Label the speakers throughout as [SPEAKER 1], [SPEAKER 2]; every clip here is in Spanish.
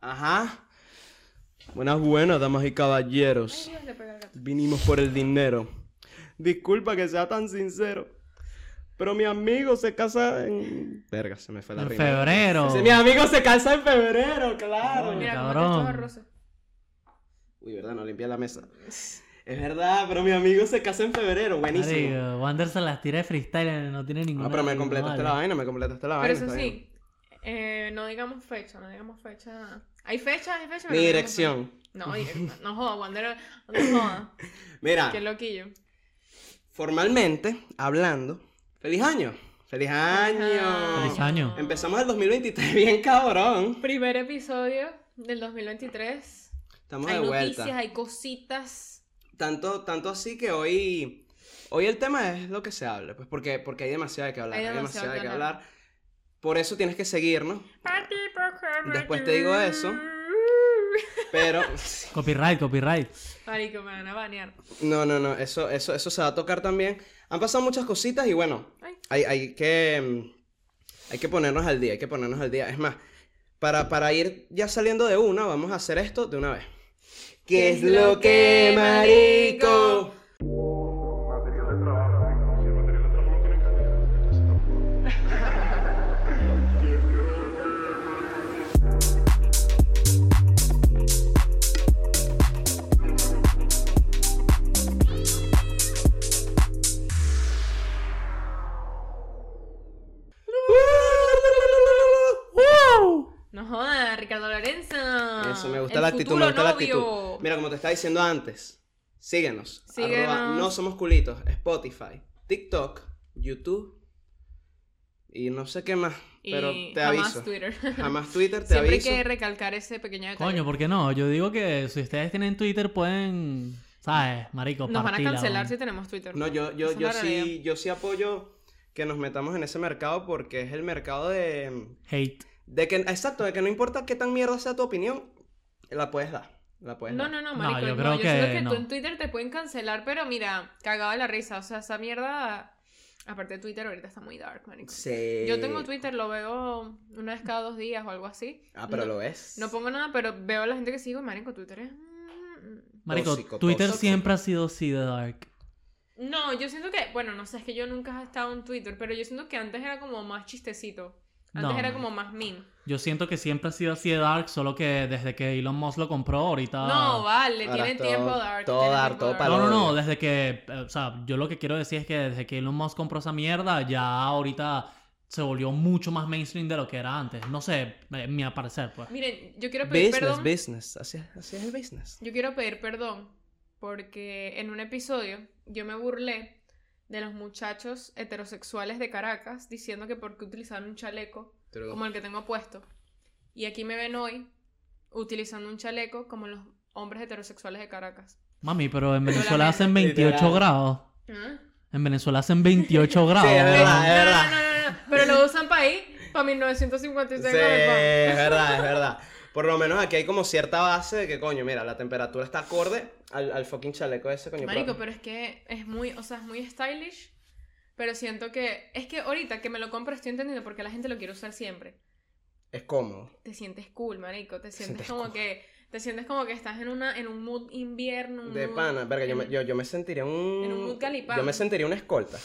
[SPEAKER 1] Ajá. Buenas, buenas, damas y caballeros.
[SPEAKER 2] Ay, Dios, le pegó al gato.
[SPEAKER 1] Vinimos por el dinero. Disculpa que sea tan sincero. Pero mi amigo se casa en. Verga, se me fue la
[SPEAKER 3] En
[SPEAKER 1] rima.
[SPEAKER 3] febrero.
[SPEAKER 1] Sí, mi amigo se casa en febrero, claro.
[SPEAKER 3] Ay.
[SPEAKER 2] Mira, como
[SPEAKER 3] cabrón.
[SPEAKER 2] está chorroso.
[SPEAKER 1] Uy, verdad, no limpié la mesa. Es verdad, pero mi amigo se casa en febrero, buenísimo.
[SPEAKER 3] Marico, Wander se las tira de freestyle, eh, no tiene ninguna.
[SPEAKER 1] No, pero me
[SPEAKER 3] no
[SPEAKER 1] completaste
[SPEAKER 3] vale.
[SPEAKER 1] la vaina, me completaste la
[SPEAKER 2] Pero
[SPEAKER 1] vaina.
[SPEAKER 2] eso
[SPEAKER 1] Ah, está bien.
[SPEAKER 2] sí, eh, no digamos fecha, no digamos fecha. Hay fecha, hay fecha. pero
[SPEAKER 1] Mi
[SPEAKER 2] no digamos
[SPEAKER 1] dirección.
[SPEAKER 2] fecha. No, dirección. No joda, Wander, no joda.
[SPEAKER 1] Mira,
[SPEAKER 2] Qué loquillo.
[SPEAKER 1] formalmente hablando, feliz año. Feliz año.
[SPEAKER 3] Feliz año.
[SPEAKER 1] Empezamos el 2023 bien cabrón.
[SPEAKER 2] Primer episodio del 2023.
[SPEAKER 1] Estamos
[SPEAKER 2] hay
[SPEAKER 1] de vuelta.
[SPEAKER 2] noticias, hay cositas.
[SPEAKER 1] Tanto, tanto así que hoy, hoy el tema es lo que se hable, pues porque, porque hay demasiado de qué hablar,
[SPEAKER 2] Hay
[SPEAKER 1] hay
[SPEAKER 2] demasiado
[SPEAKER 1] demasiado, de
[SPEAKER 2] que
[SPEAKER 1] qué hablar. Por eso tienes que seguirnos, Después te digo eso. pero
[SPEAKER 3] Copyright, copyright.
[SPEAKER 2] Marico, me van a banear.
[SPEAKER 1] no, no, no, eso, eso, eso se va a tocar también. Han pasado muchas cositas y bueno,
[SPEAKER 2] Ay.
[SPEAKER 1] hay, hay que, mm, hay que ponernos al día, hay que ponernos al día. Es más, para, para ir ya saliendo de una, vamos a hacer esto de una vez. ¿Qué es lo que, marico?
[SPEAKER 4] Material de trabajo, si el material de trabajo no tiene calidad, entonces tampoco.
[SPEAKER 2] No joda, Ricardo Lorenzo.
[SPEAKER 1] Eso, me gusta
[SPEAKER 2] Ah, El
[SPEAKER 1] la actitud,
[SPEAKER 2] futuro
[SPEAKER 1] me gusta la
[SPEAKER 2] novio.
[SPEAKER 1] actitud. Mira, como te estaba diciendo antes, síguenos.
[SPEAKER 2] Síguenos.
[SPEAKER 1] Arroba no somos culitos, Spotify, TikTok, YouTube y no sé qué más,
[SPEAKER 2] Y
[SPEAKER 1] pero te
[SPEAKER 2] jamás
[SPEAKER 1] aviso.
[SPEAKER 2] Twitter.
[SPEAKER 1] Jamás Twitter, te
[SPEAKER 2] Siempre hay
[SPEAKER 1] aviso.
[SPEAKER 2] que recalcar ese pequeño detalle.
[SPEAKER 3] Coño, ¿por qué no? Yo digo que si ustedes tienen Twitter pueden, ¿sabes? Marico,
[SPEAKER 2] Nos van a
[SPEAKER 3] partila,
[SPEAKER 2] cancelar
[SPEAKER 3] weón.
[SPEAKER 2] si tenemos Twitter.
[SPEAKER 1] No, yo, yo,
[SPEAKER 2] Esa es
[SPEAKER 1] yo
[SPEAKER 2] la realidad.
[SPEAKER 1] sí, yo sí apoyo que nos metamos en ese mercado porque es el mercado de,
[SPEAKER 3] Hate.
[SPEAKER 1] de que, exacto, de que no importa qué tan mierda sea tu opinión, la puedes dar, la puedes
[SPEAKER 2] No,
[SPEAKER 1] dar.
[SPEAKER 2] no, no,
[SPEAKER 3] No,
[SPEAKER 2] marico. No,
[SPEAKER 3] yo
[SPEAKER 2] yo
[SPEAKER 3] creo
[SPEAKER 2] creo
[SPEAKER 3] que
[SPEAKER 2] que
[SPEAKER 3] no.
[SPEAKER 2] tú en Twitter te pueden cancelar, pero mira, cagado de la risa. O sea, esa mierda. Aparte de Twitter, ahorita está muy dark, marico.
[SPEAKER 1] Sí.
[SPEAKER 2] Yo tengo Twitter, lo veo una vez cada dos días o algo así.
[SPEAKER 1] Ah, pero
[SPEAKER 2] no,
[SPEAKER 1] lo ves.
[SPEAKER 2] No pongo nada, pero veo a la gente que sigo y marico, Twitter es. mm,
[SPEAKER 3] Marico,
[SPEAKER 1] Tóxico,
[SPEAKER 3] Twitter
[SPEAKER 1] tóxico.
[SPEAKER 3] siempre ha sido así de dark.
[SPEAKER 2] No, yo siento que, bueno, no sé, es que yo nunca he estado en Twitter, pero yo siento que antes era como más chistecito. Antes
[SPEAKER 3] No,
[SPEAKER 2] era
[SPEAKER 3] marico.
[SPEAKER 2] como más meme.
[SPEAKER 3] Yo siento que siempre ha sido así de dark, solo que desde que Elon Musk lo compró ahorita...
[SPEAKER 2] No, vale,
[SPEAKER 1] Ahora
[SPEAKER 2] tiene
[SPEAKER 1] es todo-
[SPEAKER 2] tiempo Dark.
[SPEAKER 1] todo
[SPEAKER 2] tiene
[SPEAKER 1] dark,
[SPEAKER 2] tiempo
[SPEAKER 1] todo para-
[SPEAKER 3] No, no, no,
[SPEAKER 1] Odio.
[SPEAKER 3] desde que, eh, o sea, yo lo que quiero decir es que desde que Elon Musk compró esa mierda, ya ahorita se volvió mucho más mainstream de lo que era antes. No sé, eh, mi aparecer, pues.
[SPEAKER 2] Miren, yo quiero pedir
[SPEAKER 1] Business,
[SPEAKER 2] perdón.
[SPEAKER 1] business. Así es, así es el business.
[SPEAKER 2] Yo quiero pedir perdón porque en un episodio yo me burlé de los muchachos heterosexuales de Caracas diciendo que porque utilizaban un chaleco como el que tengo puesto. Y aquí me ven hoy utilizando un chaleco como los hombres heterosexuales de Caracas.
[SPEAKER 3] Mami, pero en
[SPEAKER 2] Pero la
[SPEAKER 3] Venezuela
[SPEAKER 2] neta,
[SPEAKER 3] hacen 28
[SPEAKER 1] literal.
[SPEAKER 3] grados.
[SPEAKER 2] ¿Ah?
[SPEAKER 3] En Venezuela hacen 28 grados.
[SPEAKER 1] Sí, es verdad.
[SPEAKER 2] no, no, no, no, no, pero lo usan para ahí, para 1956.
[SPEAKER 1] Sí, es
[SPEAKER 2] Caracas.
[SPEAKER 1] verdad, es verdad. Por lo menos aquí hay como cierta base de que, coño, mira, la temperatura está acorde al, al fucking chaleco ese, coño.
[SPEAKER 2] Marico,
[SPEAKER 1] pero-
[SPEAKER 2] pero es que es muy, o sea, es muy stylish, pero siento que, es que ahorita que me lo compro estoy entendiendo por qué la gente lo quiere usar siempre.
[SPEAKER 1] Es cómodo.
[SPEAKER 2] Te sientes cool, marico, te sientes
[SPEAKER 1] sientes
[SPEAKER 2] como
[SPEAKER 1] cool.
[SPEAKER 2] que, te sientes como que estás en una, en un mood invierno. un
[SPEAKER 1] De
[SPEAKER 2] mood-
[SPEAKER 1] pana, verga, yo me,
[SPEAKER 2] Mm, en-
[SPEAKER 1] yo, yo me sentiría un.
[SPEAKER 2] En un mood galipán.
[SPEAKER 1] Yo me sentiría una escolta.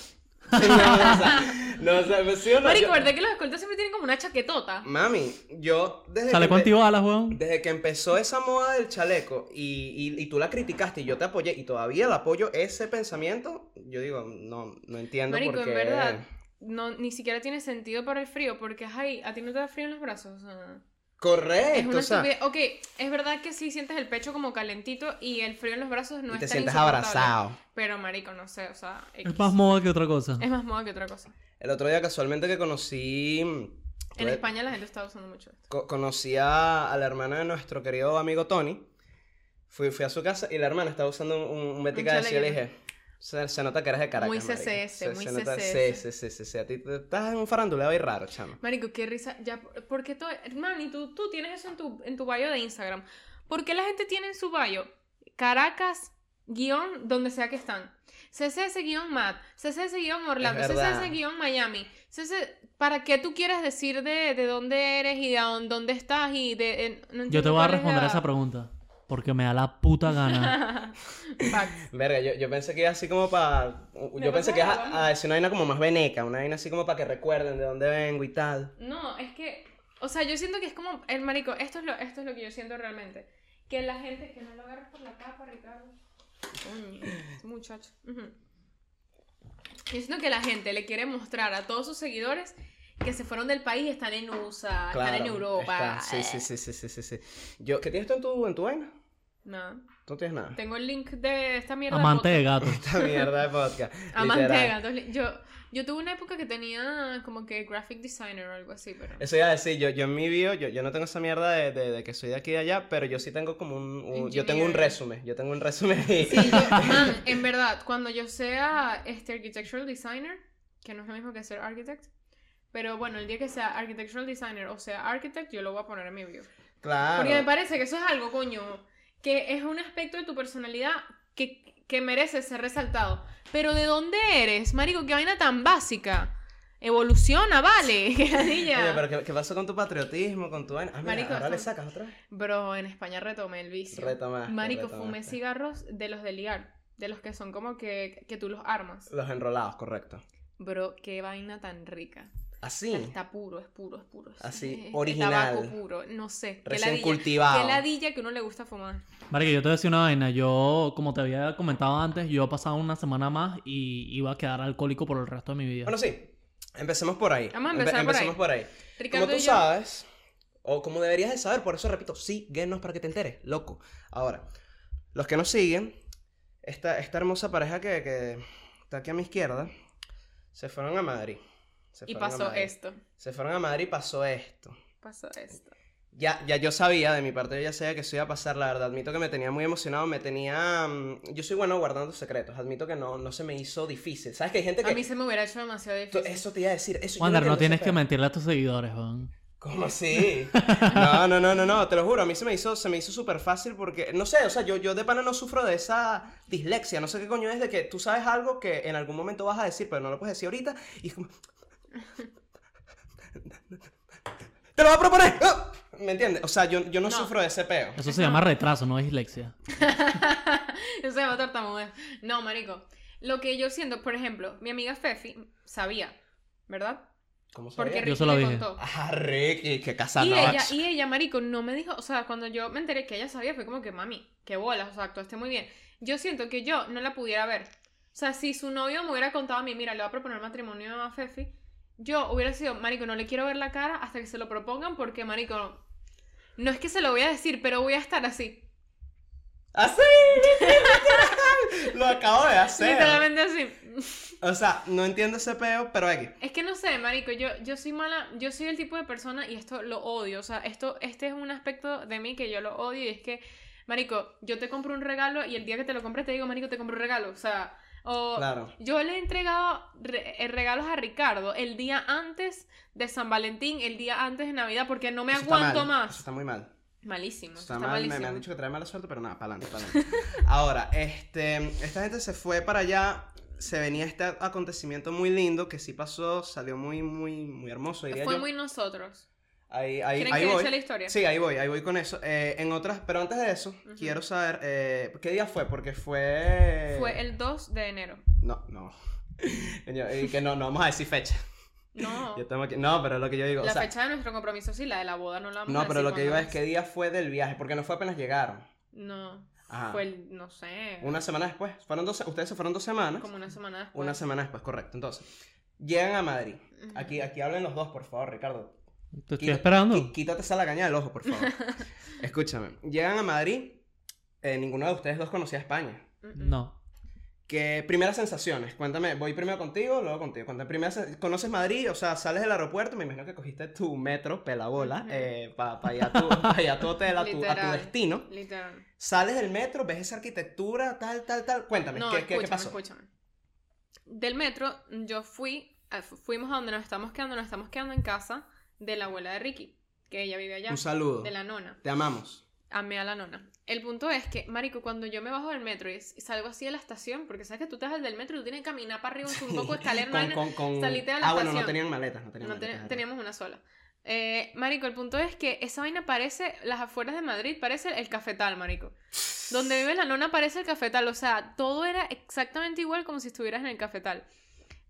[SPEAKER 1] no, o sea, no, o sea, me siento-
[SPEAKER 2] Marico,
[SPEAKER 1] yo- Mm.
[SPEAKER 2] ¿verdad que los escoltas siempre tienen como una chaquetota?
[SPEAKER 1] Mami, yo desde.
[SPEAKER 3] Sale
[SPEAKER 1] que
[SPEAKER 3] con
[SPEAKER 1] empe-
[SPEAKER 3] antibalas, weón.
[SPEAKER 1] Desde que empezó esa moda del chaleco y, y- y tú la criticaste y yo te apoyé y todavía la apoyo ese pensamiento, yo digo, no, no entiendo
[SPEAKER 2] Marico,
[SPEAKER 1] por qué.
[SPEAKER 2] en verdad, no, ni siquiera tiene sentido para el frío, porque, ay, a ti no te da frío en los brazos, o sea... Es
[SPEAKER 1] Correcto,
[SPEAKER 2] una
[SPEAKER 1] o sea,
[SPEAKER 2] estupidez. Ok, es verdad que sí sientes el pecho como calentito y el frío en los brazos no
[SPEAKER 1] y
[SPEAKER 2] es
[SPEAKER 1] te
[SPEAKER 2] tan
[SPEAKER 1] sientes
[SPEAKER 2] insoportable.
[SPEAKER 1] abrazado.
[SPEAKER 2] Pero marico, no sé, o sea, X.
[SPEAKER 3] Es más moda que otra cosa.
[SPEAKER 2] Es más moda que otra cosa.
[SPEAKER 1] El otro día casualmente que conocí...
[SPEAKER 2] En
[SPEAKER 1] tuve-
[SPEAKER 2] España la gente está usando mucho esto.
[SPEAKER 1] co- conocí a, a la hermana de nuestro querido amigo Tony. Fui, fui a su casa y la hermana estaba usando un, un betica
[SPEAKER 2] Un
[SPEAKER 1] de así y le
[SPEAKER 2] chaleco.
[SPEAKER 1] dije... Se, se nota que eres de Caracas,
[SPEAKER 2] Muy
[SPEAKER 1] marico.
[SPEAKER 2] CCS, muy
[SPEAKER 1] nota-
[SPEAKER 2] CCS.
[SPEAKER 1] Sí, sí, sí, sí, sí. A ti te- estás en un faranduleo ahí raro, chamo.
[SPEAKER 2] Marico, qué risa. Ya, ¿por qué todo? Mani, tú, tú tienes eso en tu, en tu bio de Instagram. ¿Por qué la gente tiene en su bio Caracas guión donde sea que están. CCS guión Matt, CCS guión Orlando,
[SPEAKER 1] Es verdad.
[SPEAKER 2] CCS guión Miami. CCS, ¿Para qué tú quieres decir de, de dónde eres y de dónde, dónde estás? y de, en- no
[SPEAKER 3] Yo te
[SPEAKER 2] entiendo
[SPEAKER 3] voy a
[SPEAKER 2] cuál es
[SPEAKER 3] responder
[SPEAKER 2] la-
[SPEAKER 3] a esa pregunta. Porque me da la puta gana.
[SPEAKER 2] Facts.
[SPEAKER 1] Verga, yo, yo pensé que iba así como para. Yo pensé que iba a, a decir una vaina como más veneca, una vaina así como para que recuerden de dónde vengo y tal.
[SPEAKER 2] No, es que, o sea, yo siento que es como, el marico, esto es lo, esto es lo que yo siento realmente. Que la gente, que no lo agarras por la capa, Ricardo. Coño, este muchacho. Ujú. Yo siento que la gente le quiere mostrar a todos sus seguidores que se fueron del país y están en USA, están en Europa. eh.
[SPEAKER 1] está. Sí, sí, sí, sí, sí, sí, sí. Yo, ¿Qué tienes tú en tu, en tu vaina?
[SPEAKER 2] No,
[SPEAKER 1] No tienes nada.
[SPEAKER 2] tengo el link de esta mierda. de
[SPEAKER 3] Amante de gato.
[SPEAKER 1] Esta mierda de podcast.
[SPEAKER 2] podcast. Amante de
[SPEAKER 1] literal.
[SPEAKER 2] gatos. Yo, yo tuve una época que tenía como que graphic designer o algo así, pero...
[SPEAKER 1] Eso iba a decir, yo, yo en mi bio, yo, yo no tengo esa mierda de, de- de que soy de aquí y de allá, pero yo sí tengo como un, un- yo tengo un
[SPEAKER 2] Engineering.
[SPEAKER 1] resumen, yo tengo un resumen ahí.
[SPEAKER 2] Sí, yo- man, en verdad, cuando yo sea este architectural designer, que no es lo mismo que ser architect, pero bueno, el día que sea architectural designer o sea architect, yo lo voy a poner en mi bio.
[SPEAKER 1] Claro.
[SPEAKER 2] Porque me parece que eso es algo, coño, que es un aspecto de tu personalidad que, que merece ser resaltado. Pero ¿de dónde eres, marico? ¿Qué vaina tan básica? Evoluciona, vale, que
[SPEAKER 1] Oye, pero
[SPEAKER 2] ladilla.
[SPEAKER 1] ¿qué, qué pasó con tu patriotismo, con tu vaina? Ah, mira,
[SPEAKER 2] Marico,
[SPEAKER 1] ahora le
[SPEAKER 2] esto-
[SPEAKER 1] sacas otra vez.
[SPEAKER 2] Bro, en España retomé el vicio.
[SPEAKER 1] Retomaste,
[SPEAKER 2] Marico,
[SPEAKER 1] retomaste.
[SPEAKER 2] fumé cigarros de los de liar, de los que son como que, que tú los armas.
[SPEAKER 1] Los enrolados, correcto.
[SPEAKER 2] Bro, qué vaina tan rica. O sea,
[SPEAKER 1] Así,
[SPEAKER 2] Está puro, es puro, es puro. es-
[SPEAKER 1] Así,
[SPEAKER 2] es- es
[SPEAKER 1] original.
[SPEAKER 2] Tabaco puro, no sé. Qué
[SPEAKER 1] recién
[SPEAKER 2] ladilla,
[SPEAKER 1] cultivado.
[SPEAKER 2] qué ladilla que uno le gusta fumar.
[SPEAKER 3] Vale, que yo te decía una vaina. Yo, como te había comentado antes, yo he pasado una semana más y iba a quedar alcohólico por el resto de mi vida.
[SPEAKER 1] Bueno, sí, empecemos por ahí.
[SPEAKER 2] Vamos a
[SPEAKER 1] Empe-
[SPEAKER 2] empezar por ahí.
[SPEAKER 1] empecemos por ahí.
[SPEAKER 2] Ricardo
[SPEAKER 1] como tú
[SPEAKER 2] y yo,
[SPEAKER 1] sabes, o como deberías de saber, por eso repito, síguenos para que te enteres, loco. Ahora, los que nos siguen, esta, esta hermosa pareja que, que está aquí a mi izquierda, se fueron a Madrid. Se
[SPEAKER 2] y
[SPEAKER 1] fueron a
[SPEAKER 2] pasó
[SPEAKER 1] Madrid.
[SPEAKER 2] esto.
[SPEAKER 1] Se fueron a Madrid y pasó esto.
[SPEAKER 2] Pasó esto.
[SPEAKER 1] Ya, ya yo sabía, de mi parte yo ya sabía que eso iba a pasar, la verdad. Admito que me tenía muy emocionado, me tenía... mm, Yo soy bueno guardando secretos, admito que no, no se me hizo difícil. ¿Sabes que hay gente que...
[SPEAKER 2] A mí se me hubiera hecho demasiado
[SPEAKER 1] Tú-
[SPEAKER 2] difícil.
[SPEAKER 1] Eso te iba a decir, eso yo
[SPEAKER 3] Wander, no
[SPEAKER 1] entiendo ese
[SPEAKER 3] tienes que
[SPEAKER 1] pedo.
[SPEAKER 3] mentirle a tus seguidores, Juan.
[SPEAKER 1] ¿Cómo así? No, no, no, no, no, te lo juro, a mí se me hizo, se me hizo súper fácil porque, no sé, o sea, yo, yo de pana no sufro de esa dislexia, no sé qué coño es de que tú sabes algo que en algún momento vas a decir, pero no lo puedes decir ahorita, y es como... ¡Te lo voy a proponer! ¡Ah! ¿Me entiendes? O sea, yo, yo no,
[SPEAKER 2] No.
[SPEAKER 1] sufro de ese peo.
[SPEAKER 3] Eso se llama retraso, no dislexia.
[SPEAKER 2] Eso se llama tartamudez. No, marico. Lo que yo siento, por ejemplo, mi amiga Fefi sabía, ¿verdad?
[SPEAKER 1] ¿Cómo se
[SPEAKER 2] Porque
[SPEAKER 1] Porque...
[SPEAKER 3] Yo
[SPEAKER 2] Ricky
[SPEAKER 3] se lo
[SPEAKER 2] le
[SPEAKER 3] dije.
[SPEAKER 2] contó.
[SPEAKER 1] Ah, Ricky, que
[SPEAKER 2] Y
[SPEAKER 1] casanova.
[SPEAKER 2] ella, y ella, marico, no me dijo, o sea, cuando yo me enteré que ella sabía, fue como que, mami, qué bolas, o sea, actuaste muy bien. Yo siento que yo no la pudiera ver. O sea, si su novio me hubiera contado a mí, mira, le va a proponer matrimonio a Fefi, yo hubiera sido, marico, no le quiero ver la cara hasta que se lo propongan porque, marico, no, no es que se lo voy a decir, pero voy a estar así.
[SPEAKER 1] ¡Así! ¡Ah, lo acabo de hacer.
[SPEAKER 2] Literalmente así.
[SPEAKER 1] O sea, no entiendo ese peo, pero aquí.
[SPEAKER 2] Es que no sé, marico, yo, yo soy mala, yo soy el tipo de persona y esto lo odio, o sea, esto, este es un aspecto de mí que yo lo odio y es que, marico, yo te compro un regalo y el día que te lo compré te digo, marico, te compro un regalo, o sea, o
[SPEAKER 1] Claro.
[SPEAKER 2] yo le he entregado re- eh, regalos a Ricardo el día antes de San Valentín, el día antes de Navidad, porque no me
[SPEAKER 1] Eso está
[SPEAKER 2] aguanto
[SPEAKER 1] mal, eso
[SPEAKER 2] más.
[SPEAKER 1] está muy mal.
[SPEAKER 2] Malísimo,
[SPEAKER 1] Está
[SPEAKER 2] está,
[SPEAKER 1] mal, me-
[SPEAKER 2] malísimo.
[SPEAKER 1] Me, han dicho que trae mala suerte, pero nada, para adelante, Ahora, este, esta gente se fue para allá. Se venía este acontecimiento muy lindo que sí pasó, salió muy, muy, muy hermoso. Diría
[SPEAKER 2] Fue
[SPEAKER 1] yo.
[SPEAKER 2] muy nosotros.
[SPEAKER 1] Ahí, ahí,
[SPEAKER 2] ¿Quieren
[SPEAKER 1] ahí
[SPEAKER 2] que yo
[SPEAKER 1] voy.
[SPEAKER 2] eche la historia?
[SPEAKER 1] Sí, ahí voy, ahí voy con eso. Eh, en otras, pero antes de eso,
[SPEAKER 2] Ujú.
[SPEAKER 1] quiero saber eh, qué día fue, porque fue.
[SPEAKER 2] Fue el 2 de enero.
[SPEAKER 1] No, no. Coño, y que no, no vamos a decir fecha.
[SPEAKER 2] No.
[SPEAKER 1] Yo tengo aquí- No, pero lo que yo digo.
[SPEAKER 2] La
[SPEAKER 1] o sea,
[SPEAKER 2] fecha de nuestro compromiso sí, la de la boda no la vamos a
[SPEAKER 1] no, pero
[SPEAKER 2] decir
[SPEAKER 1] lo que
[SPEAKER 2] cuándo
[SPEAKER 1] iba es qué día fue del viaje, porque no fue apenas llegaron.
[SPEAKER 2] No,
[SPEAKER 1] Ajá.
[SPEAKER 2] fue el, no sé,
[SPEAKER 1] Una semana después. Fueron dos, ustedes se fueron dos semanas.
[SPEAKER 2] como una semana después.
[SPEAKER 1] Una semana después, correcto. Entonces, llegan a Madrid.
[SPEAKER 2] Ujú.
[SPEAKER 1] Aquí, aquí hablen los dos, por favor, Ricardo.
[SPEAKER 3] Te estoy
[SPEAKER 1] Quita-
[SPEAKER 3] esperando.
[SPEAKER 1] qui- Quítate esa lagaña del ojo, por favor. Escúchame. Llegan a Madrid. eh, ninguno de ustedes dos conocía España.
[SPEAKER 2] Mm-mm.
[SPEAKER 3] No.
[SPEAKER 1] ¿Qué primeras sensaciones? Cuéntame, voy primero contigo, luego contigo. Cuéntame, primeras sen- ¿Conoces Madrid? O sea, sales del aeropuerto, me imagino que cogiste tu metro, pelabola,
[SPEAKER 2] Ujú.
[SPEAKER 1] para ir a tu, pa' allá a tu hotel, a tu, a tu
[SPEAKER 2] Literal.
[SPEAKER 1] destino.
[SPEAKER 2] Literal.
[SPEAKER 1] Sales del metro, ves esa arquitectura, tal, tal, tal. Cuéntame,
[SPEAKER 2] No,
[SPEAKER 1] ¿qué, qué-
[SPEAKER 2] escúchame,
[SPEAKER 1] qué pasó?
[SPEAKER 2] escúchame. Del metro, yo fui, a- fu- fuimos a donde nos estamos quedando, nos estamos quedando en casa de la abuela de Ricky, que ella vive allá,
[SPEAKER 1] Un saludo.
[SPEAKER 2] de la nona.
[SPEAKER 1] Te amamos.
[SPEAKER 2] Amé a la nona. El punto es que, marico, cuando yo me bajo del metro y s- salgo así de la estación, porque sabes que tú te bajas del metro y tú tienes que caminar para arriba un poco de escalera. no hay
[SPEAKER 1] Con,
[SPEAKER 2] na-
[SPEAKER 1] con, con...
[SPEAKER 2] salite de la
[SPEAKER 1] ah, bueno, no
[SPEAKER 2] estación.
[SPEAKER 1] tenían maletas, no tenían
[SPEAKER 2] No
[SPEAKER 1] maletas.
[SPEAKER 2] ten-
[SPEAKER 1] ¿verdad?
[SPEAKER 2] teníamos una sola. Eh, marico, el punto es que esa vaina parece, las afueras de Madrid parece el cafetal, marico. Donde vive la nona parece el cafetal, o sea, todo era exactamente igual como si estuvieras en el cafetal.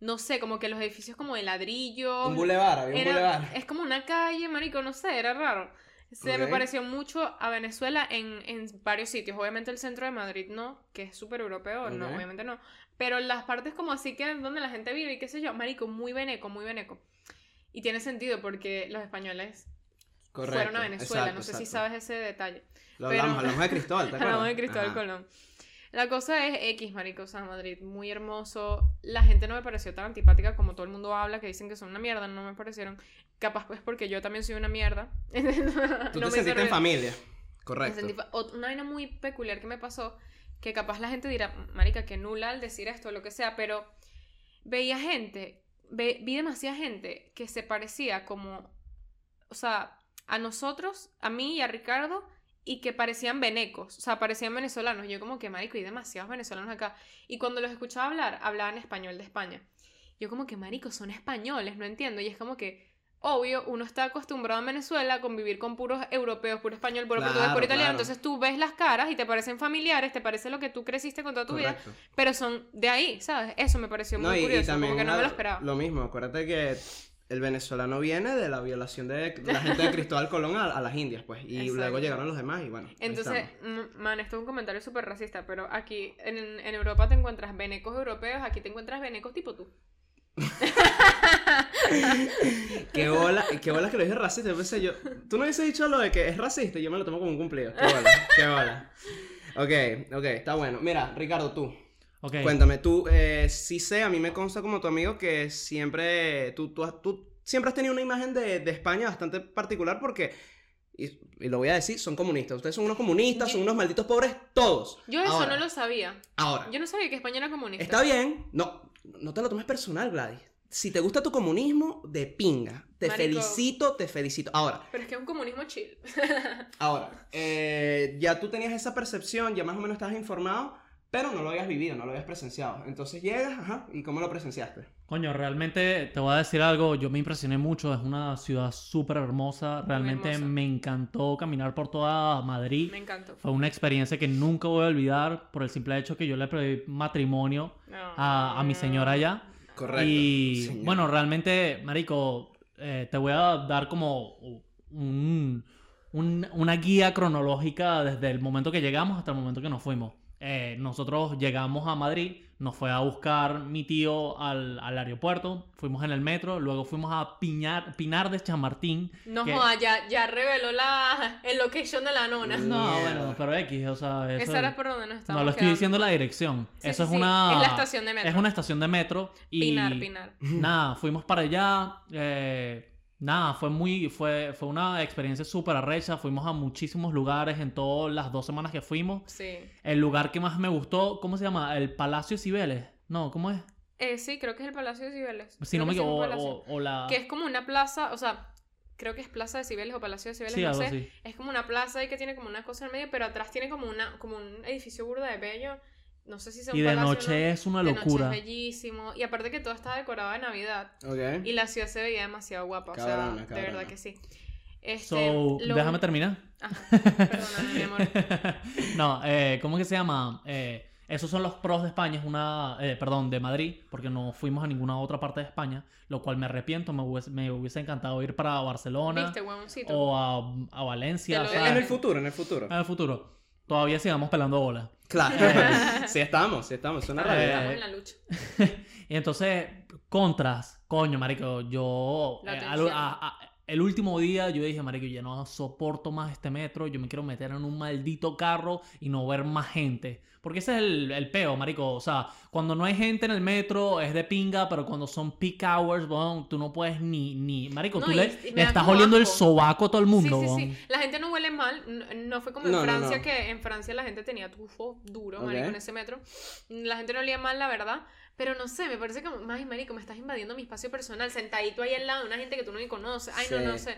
[SPEAKER 2] No sé, como que los edificios como de ladrillo.
[SPEAKER 1] Un bulevar, había un
[SPEAKER 2] era-
[SPEAKER 1] bulevar.
[SPEAKER 2] es como una calle, marico, no sé, era raro. Se me
[SPEAKER 1] Ok.
[SPEAKER 2] pareció mucho a Venezuela en, en varios sitios. Obviamente el centro de Madrid no, que es súper europeo, no,
[SPEAKER 1] Ok.
[SPEAKER 2] obviamente no. Pero las partes como así que es donde la gente vive y qué sé yo, marico, muy veneco, muy veneco. Y tiene sentido porque los españoles
[SPEAKER 1] Correcto.
[SPEAKER 2] fueron a Venezuela,
[SPEAKER 1] exacto,
[SPEAKER 2] no sé si
[SPEAKER 1] exacto.
[SPEAKER 2] sabes ese detalle.
[SPEAKER 1] Lo
[SPEAKER 2] pero-
[SPEAKER 1] hablamos, hablamos de Cristóbal, ¿te acuerdas? Ah.
[SPEAKER 2] Hablamos de Cristóbal
[SPEAKER 1] Ajá.
[SPEAKER 2] Colón. La cosa es X, marico, o sea, Madrid, muy hermoso. La gente no me pareció tan antipática como todo el mundo habla, que dicen que son una mierda, no me parecieron. Capaz pues porque yo también soy una mierda. No
[SPEAKER 1] Tú
[SPEAKER 2] me
[SPEAKER 1] te
[SPEAKER 2] hizo
[SPEAKER 1] sentiste en
[SPEAKER 2] ruido.
[SPEAKER 1] familia.
[SPEAKER 2] Me
[SPEAKER 1] Correcto.
[SPEAKER 2] sentí fa- ot- una vaina muy peculiar que me pasó, que capaz la gente dirá, marica, que nula al decir esto, lo que sea, pero veía gente, ve- vi demasiada gente que se parecía como, o sea, a nosotros, a mí y a Ricardo, y que parecían venecos, o sea, parecían venezolanos. Y Yo como que, marico, hay demasiados venezolanos acá. Y cuando los escuchaba hablar, hablaban español de España. Yo como que, marico, son españoles, no entiendo. Y es como que, obvio, uno está acostumbrado en Venezuela a convivir con puros europeos, puro español, puro portugués,
[SPEAKER 1] Claro,
[SPEAKER 2] puro italiano.
[SPEAKER 1] claro.
[SPEAKER 2] Entonces tú ves las caras y te parecen familiares, te parece lo que tú creciste con toda tu vida,
[SPEAKER 1] Correcto.
[SPEAKER 2] pero son de ahí, ¿sabes? Eso me pareció muy
[SPEAKER 1] y- y
[SPEAKER 2] curioso, como que no me lo
[SPEAKER 1] la-
[SPEAKER 2] esperaba.
[SPEAKER 1] Lo mismo, acuérdate que el venezolano viene de la violación de, de la gente de Cristóbal Colón a, a las Indias, pues. Y
[SPEAKER 2] Exacto.
[SPEAKER 1] luego llegaron los demás y bueno. ahí
[SPEAKER 2] Entonces,
[SPEAKER 1] estamos.
[SPEAKER 2] mm, man, esto es un comentario súper racista, pero aquí en, en Europa te encuentras venecos europeos, aquí te encuentras venecos tipo tú.
[SPEAKER 1] Qué bola, qué bola que lo dije racista. Yo pensé yo. Tú no hubiese dicho lo de que es racista, yo me lo tomo como un cumplido. Qué bola, qué bola. Ok, ok, está bueno. Mira, Ricardo, tú.
[SPEAKER 3] Ok.
[SPEAKER 1] Cuéntame, tú, eh, sí sé, a mí me consta como tu amigo que siempre, tú, tú, has- tú siempre has tenido una imagen de, de España bastante particular porque, y, y lo voy a decir, son comunistas. Ustedes son unos comunistas, son unos malditos pobres, todos.
[SPEAKER 2] Yo eso
[SPEAKER 1] Ahora,
[SPEAKER 2] no lo sabía.
[SPEAKER 1] Ahora,
[SPEAKER 2] Yo no sabía que España era comunista.
[SPEAKER 1] está bien, no, no te lo tomes personal, Gladys. Si te gusta tu comunismo, de pinga. Te
[SPEAKER 2] Marico.
[SPEAKER 1] felicito, te felicito. Ahora,
[SPEAKER 2] Pero es que es un comunismo chill.
[SPEAKER 1] Ahora, eh, ya tú tenías esa percepción, ya más o menos estabas informado, pero no lo habías vivido, no lo habías presenciado. Entonces llegas, ajá, ¿y cómo lo presenciaste?
[SPEAKER 3] Coño, realmente te voy a decir algo, yo me impresioné mucho, es una ciudad súper hermosa, realmente
[SPEAKER 2] hermosa.
[SPEAKER 3] me encantó caminar por toda Madrid,
[SPEAKER 2] Me encantó.
[SPEAKER 3] fue una experiencia que nunca voy a olvidar por el simple hecho que yo le pedí matrimonio a, a mi señora allá.
[SPEAKER 1] Correcto.
[SPEAKER 3] Y
[SPEAKER 1] señor.
[SPEAKER 3] bueno, realmente, Marico, eh, te voy a dar como un- un- una guía cronológica desde el momento que llegamos hasta el momento que nos fuimos. Eh, nosotros llegamos a Madrid, nos fue a buscar mi tío al, al aeropuerto, fuimos en el metro, luego fuimos a Piñar, Pinar de Chamartín.
[SPEAKER 2] No
[SPEAKER 3] que-
[SPEAKER 2] joda, ya, ya reveló la, el location de la nona.
[SPEAKER 1] Mm,
[SPEAKER 3] No,
[SPEAKER 1] Mierda.
[SPEAKER 3] bueno, pero X, o sea, eso-
[SPEAKER 2] Esa era por donde nos estábamos
[SPEAKER 3] no lo estoy
[SPEAKER 2] quedando.
[SPEAKER 3] diciendo la dirección.
[SPEAKER 2] Sí,
[SPEAKER 3] eso
[SPEAKER 2] sí,
[SPEAKER 3] es
[SPEAKER 2] sí.
[SPEAKER 3] una
[SPEAKER 2] Es la estación de metro.
[SPEAKER 3] es una estación de metro y
[SPEAKER 2] Pinar, Pinar.
[SPEAKER 3] nada, fuimos para allá. eh, nada, fue muy, fue, fue una experiencia súper arrecha. Fuimos a muchísimos lugares en todas las dos semanas que fuimos.
[SPEAKER 2] Sí.
[SPEAKER 3] El lugar que más me gustó, ¿cómo se llama? El Palacio Cibeles. No, ¿cómo es?
[SPEAKER 2] Eh, sí, creo que es el Palacio de Cibeles.
[SPEAKER 3] Si no me
[SPEAKER 2] Creo que sí,
[SPEAKER 3] equivoco,
[SPEAKER 2] un
[SPEAKER 3] o,
[SPEAKER 2] palacio.
[SPEAKER 3] o- o la.
[SPEAKER 2] Que es como una plaza, o sea, creo que es Plaza de Cibeles o Palacio de Cibeles,
[SPEAKER 3] sí,
[SPEAKER 2] no
[SPEAKER 3] algo
[SPEAKER 2] sé.
[SPEAKER 3] así.
[SPEAKER 2] Es como una plaza ahí que tiene como una cosa en medio, pero atrás tiene como una como un edificio burda de bello. No sé si sea un
[SPEAKER 3] Y de
[SPEAKER 2] palacio o
[SPEAKER 3] noche
[SPEAKER 2] no.
[SPEAKER 3] es una
[SPEAKER 2] De noche
[SPEAKER 3] locura.
[SPEAKER 2] es bellísimo. Y aparte que todo está decorado de Navidad.
[SPEAKER 1] Ok.
[SPEAKER 2] Y la ciudad se veía demasiado guapa. o
[SPEAKER 1] Cabrona,
[SPEAKER 2] sea, de
[SPEAKER 1] cabrona.
[SPEAKER 2] verdad que sí. Este,
[SPEAKER 3] So,
[SPEAKER 2] lo-
[SPEAKER 3] déjame terminar.
[SPEAKER 2] Ajá, perdóname, mi amor.
[SPEAKER 3] no, eh, ¿cómo que se llama? Eh, esos son los pros de España, es una, eh, perdón, de Madrid, porque no fuimos a ninguna otra parte de España, lo cual me arrepiento, me hubiese, me hubiese encantado ir para Barcelona
[SPEAKER 2] Viste, huevoncito.
[SPEAKER 3] o a, a Valencia,
[SPEAKER 2] Te lo
[SPEAKER 3] o sea,
[SPEAKER 1] En el futuro, en el futuro.
[SPEAKER 3] en el futuro. Todavía sigamos pelando bolas. Eh.
[SPEAKER 1] Claro. sí estamos, sí estamos, es una
[SPEAKER 3] Claro.
[SPEAKER 1] realidad.
[SPEAKER 2] Estamos en la lucha.
[SPEAKER 3] Y entonces, contras, coño, marico, yo...
[SPEAKER 2] La
[SPEAKER 3] eh, al-
[SPEAKER 2] tensión.
[SPEAKER 3] a- a- el último día yo dije, marico, ya no soporto más este metro, yo me quiero meter en un maldito carro y no ver más gente. Porque ese es el, el peo, marico. O sea, cuando no hay gente en el metro es de pinga, pero cuando son peak hours, bon, tú no puedes ni... ni marico,
[SPEAKER 2] No,
[SPEAKER 3] tú
[SPEAKER 2] y-
[SPEAKER 3] le,
[SPEAKER 2] y me
[SPEAKER 3] le
[SPEAKER 2] da
[SPEAKER 3] estás
[SPEAKER 2] como
[SPEAKER 3] oliendo el
[SPEAKER 2] asco.
[SPEAKER 3] sobaco a todo el mundo,
[SPEAKER 2] sí, sí,
[SPEAKER 3] bon.
[SPEAKER 2] sí. La gente no huele mal. n- No fue como en
[SPEAKER 1] No, no,
[SPEAKER 2] Francia,
[SPEAKER 1] no.
[SPEAKER 2] que en Francia la gente tenía tufo duro,
[SPEAKER 1] Ok.
[SPEAKER 2] marico, en ese metro. La gente no olía mal, la verdad. Pero no sé, me parece como, ay, marico, me estás invadiendo mi espacio personal, sentadito ahí al lado de una gente que tú no ni conoces. Ay, no,
[SPEAKER 1] Sí.
[SPEAKER 2] no sé.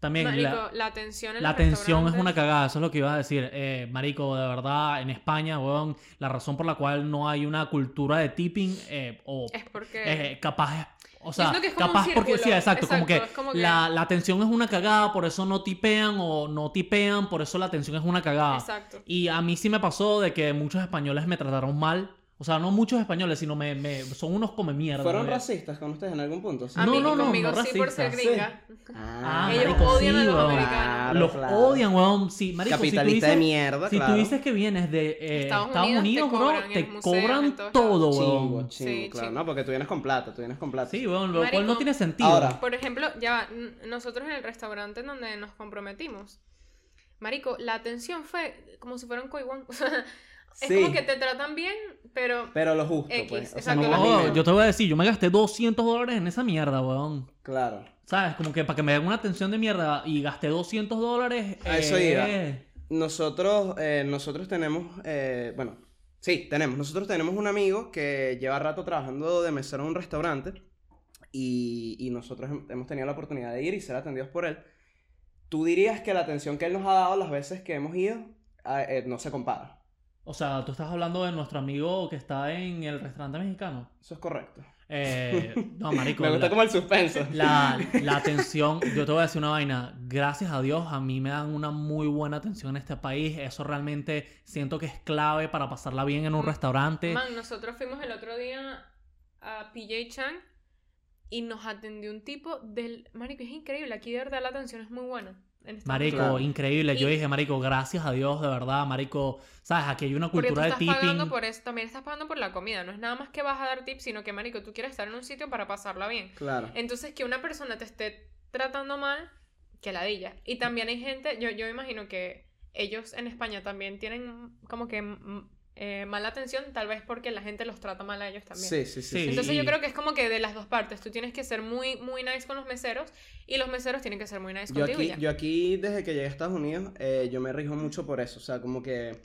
[SPEAKER 3] También la-
[SPEAKER 2] Marico, la atención en
[SPEAKER 3] La
[SPEAKER 2] los
[SPEAKER 3] atención es
[SPEAKER 2] restaurantes-
[SPEAKER 3] una cagada, eso es lo que ibas a decir. Eh, marico, de verdad, en España, weón, la razón por la cual no hay una cultura de tipping eh, o
[SPEAKER 2] Es porque...
[SPEAKER 3] eh, capaz... O sea,
[SPEAKER 2] Siento que es como un
[SPEAKER 3] capaz porque sí,
[SPEAKER 2] círculo,
[SPEAKER 3] exacto, como que,
[SPEAKER 2] exacto, es como que-
[SPEAKER 3] La, la atención es una cagada, por eso no tipean o no tipean, por eso la atención es una cagada.
[SPEAKER 2] Exacto.
[SPEAKER 3] Y a mí sí me pasó de que muchos españoles me trataron mal, o sea, no muchos españoles, sino me, me- son unos come mierda.
[SPEAKER 1] ¿Fueron
[SPEAKER 3] weón.
[SPEAKER 1] racistas con ustedes en algún punto?
[SPEAKER 2] A
[SPEAKER 3] No,
[SPEAKER 2] mí
[SPEAKER 3] no, no,
[SPEAKER 2] conmigo
[SPEAKER 3] no
[SPEAKER 2] sí por ser
[SPEAKER 3] racistas,
[SPEAKER 1] sí.
[SPEAKER 2] gringa.
[SPEAKER 1] Ah,
[SPEAKER 2] Ellos
[SPEAKER 1] marico,
[SPEAKER 2] odian a los
[SPEAKER 3] weón.
[SPEAKER 2] americanos.
[SPEAKER 3] Los
[SPEAKER 1] Claro.
[SPEAKER 3] odian, weón. Sí, marico, si tú
[SPEAKER 1] Capitalista de
[SPEAKER 3] dices-
[SPEAKER 1] mierda,
[SPEAKER 3] Si
[SPEAKER 1] Ah, claro.
[SPEAKER 3] tú dices que vienes de eh,
[SPEAKER 2] Estados
[SPEAKER 3] Estados,
[SPEAKER 2] Unidos, te
[SPEAKER 3] Unidos, bro,
[SPEAKER 2] cobran en
[SPEAKER 3] te
[SPEAKER 2] museos, en
[SPEAKER 3] cobran
[SPEAKER 2] todos
[SPEAKER 3] todo,
[SPEAKER 1] Chingo,
[SPEAKER 3] weón.
[SPEAKER 1] chingo,
[SPEAKER 2] Sí,
[SPEAKER 1] claro.
[SPEAKER 2] chingo.
[SPEAKER 1] No, porque tú vienes con plata, tú vienes con plata.
[SPEAKER 3] Sí, weón, lo cual
[SPEAKER 2] Marico.
[SPEAKER 3] no tiene sentido.
[SPEAKER 1] Ahora.
[SPEAKER 2] Por ejemplo, ya n- nosotros en el restaurante en donde nos comprometimos, Marico, la atención fue como si fuera un coiguán. O sea, es
[SPEAKER 1] Sí.
[SPEAKER 2] como que te tratan bien, pero
[SPEAKER 1] Pero lo justo,
[SPEAKER 2] X,
[SPEAKER 1] pues. O sea, no
[SPEAKER 2] exacto, lo
[SPEAKER 1] más ni
[SPEAKER 3] No,
[SPEAKER 2] mismo.
[SPEAKER 1] menos.
[SPEAKER 3] yo te voy a decir, yo me gasté 200 dólares en esa mierda, weón.
[SPEAKER 1] Claro.
[SPEAKER 3] ¿Sabes? Como que para que me den una atención de mierda y gasté 200 dólares.
[SPEAKER 1] A eso
[SPEAKER 3] eh,
[SPEAKER 1] iba. Nosotros, eh, nosotros tenemos, eh, bueno, sí, tenemos. Nosotros tenemos un amigo que lleva rato trabajando de mesero en un restaurante y, y nosotros hem- hemos tenido la oportunidad de ir y ser atendidos por él. Tú dirías que la atención que él nos ha dado las veces que hemos ido ah, eh, no se compara.
[SPEAKER 3] O sea, tú estás hablando de nuestro amigo que está en el restaurante mexicano.
[SPEAKER 1] Eso es correcto.
[SPEAKER 3] Eh, no, marico.
[SPEAKER 1] Me gusta
[SPEAKER 3] la-
[SPEAKER 1] como el suspenso.
[SPEAKER 3] La, la atención, yo te voy a decir una vaina, gracias a Dios a mí me dan una muy buena atención en este país, eso realmente siento que es clave para pasarla bien en un restaurante.
[SPEAKER 2] man, nosotros fuimos el otro día a PJ Chang y nos atendió un tipo del Marico, es increíble, aquí de verdad la atención es muy buena. en este Estados
[SPEAKER 3] Marico,
[SPEAKER 2] Unidos.
[SPEAKER 1] Claro.
[SPEAKER 3] increíble, yo
[SPEAKER 2] Y-
[SPEAKER 3] dije, Marico, gracias a Dios, de verdad, Marico, sabes, aquí hay una
[SPEAKER 2] Porque tú
[SPEAKER 3] cultura de
[SPEAKER 2] estás pagando
[SPEAKER 3] tipping.
[SPEAKER 2] por eso, también estás pagando por la comida, no es nada más que vas a dar tips, sino que Marico, tú quieres estar en un sitio para pasarla bien.
[SPEAKER 1] Claro.
[SPEAKER 2] Entonces, que una persona te esté tratando mal, que ladilla. Y también hay gente, yo, yo imagino que ellos en España también tienen como que mm, eh, mala atención, tal vez porque la gente los trata mal a ellos también.
[SPEAKER 1] Sí, sí, sí.
[SPEAKER 3] Sí.
[SPEAKER 1] sí.
[SPEAKER 2] Entonces yo
[SPEAKER 3] y-
[SPEAKER 2] creo que es como que de las dos partes, tú tienes que ser muy, muy nice con los meseros y los meseros tienen que ser muy nice
[SPEAKER 1] Yo
[SPEAKER 2] contigo. y
[SPEAKER 1] aquí,
[SPEAKER 2] ya.
[SPEAKER 1] yo aquí, desde que llegué a Estados Unidos, eh, yo me rijo mucho por eso. O sea, como que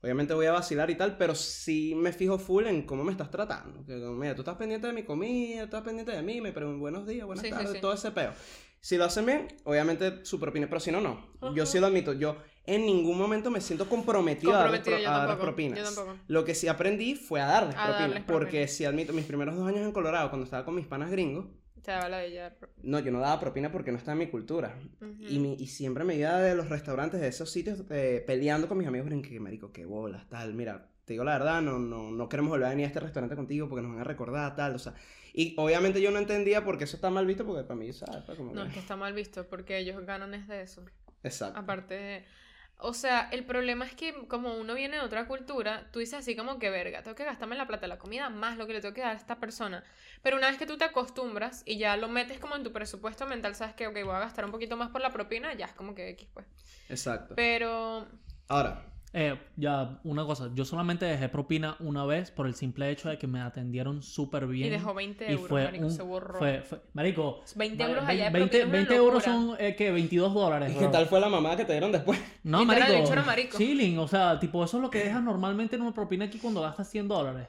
[SPEAKER 1] obviamente voy a vacilar y tal, pero sí me fijo full en cómo me estás tratando. Que, como, mira, tú estás pendiente de mi comida, estás pendiente de mí, me preguntas buenos días, buenas
[SPEAKER 2] Sí, sí,
[SPEAKER 1] tardes,
[SPEAKER 2] sí.
[SPEAKER 1] todo ese peo. Si lo hacen bien, obviamente su propina, pero si no, no. Yo sí
[SPEAKER 2] Ajá.
[SPEAKER 1] lo admito. Yo en ningún momento me siento comprometido, a darles
[SPEAKER 2] Comprometido,
[SPEAKER 1] pro-
[SPEAKER 2] yo
[SPEAKER 1] a darles
[SPEAKER 2] tampoco,
[SPEAKER 1] propinas.
[SPEAKER 2] yo tampoco.
[SPEAKER 1] Lo que sí aprendí fue a darles
[SPEAKER 2] A
[SPEAKER 1] propinas.
[SPEAKER 2] darles
[SPEAKER 1] porque
[SPEAKER 2] propinas.
[SPEAKER 1] si admito, mis primeros dos años en Colorado, cuando estaba con mis panas gringos,
[SPEAKER 2] Te da la de ella.
[SPEAKER 1] no, yo no daba propina porque no estaba en mi cultura.
[SPEAKER 2] Ujú.
[SPEAKER 1] Y, mi- y siempre me iba de los restaurantes de esos sitios eh, peleando con mis amigos en que, marico, qué bolas, tal, mira, te digo la verdad, no, no, no queremos volver a venir a este restaurante contigo porque nos van a recordar, tal, o sea. Y obviamente yo no entendía por qué eso está mal visto porque para mí, ¿sabes? Fue como
[SPEAKER 2] No, Ah.
[SPEAKER 1] que-
[SPEAKER 2] es que está mal visto porque ellos ganan es de eso.
[SPEAKER 1] Exacto.
[SPEAKER 2] Aparte, de- o sea, el problema es que como uno viene de otra cultura, tú dices así como que verga, tengo que gastarme la plata de la comida más lo que le tengo que dar a esta persona. Pero una vez que tú te acostumbras y ya lo metes como en tu presupuesto mental, sabes que, ok, voy a gastar un poquito más por la propina, ya es como que X, pues.
[SPEAKER 1] Exacto.
[SPEAKER 2] Pero,
[SPEAKER 1] Ahora,
[SPEAKER 3] Eh, ya, una cosa, yo solamente dejé propina una vez por el simple hecho de que me atendieron súper bien.
[SPEAKER 2] y dejó 20
[SPEAKER 3] y
[SPEAKER 2] euros,
[SPEAKER 3] fue
[SPEAKER 2] marico,
[SPEAKER 3] un-
[SPEAKER 2] se borró.
[SPEAKER 3] fue- fue- Marico,
[SPEAKER 2] 20 euros
[SPEAKER 3] ve-
[SPEAKER 2] allá de propina
[SPEAKER 3] 20,
[SPEAKER 2] es una
[SPEAKER 3] 20 euros
[SPEAKER 2] locura.
[SPEAKER 3] son, eh, ¿qué? 22 dólares.
[SPEAKER 1] ¿y qué
[SPEAKER 3] bro.
[SPEAKER 1] tal fue la mamá que te dieron después?
[SPEAKER 3] No,
[SPEAKER 2] Literal,
[SPEAKER 3] marico.
[SPEAKER 2] el choro marico.
[SPEAKER 3] Chilling, o sea, tipo, eso es lo que dejas normalmente en una propina aquí cuando gastas 100 dólares.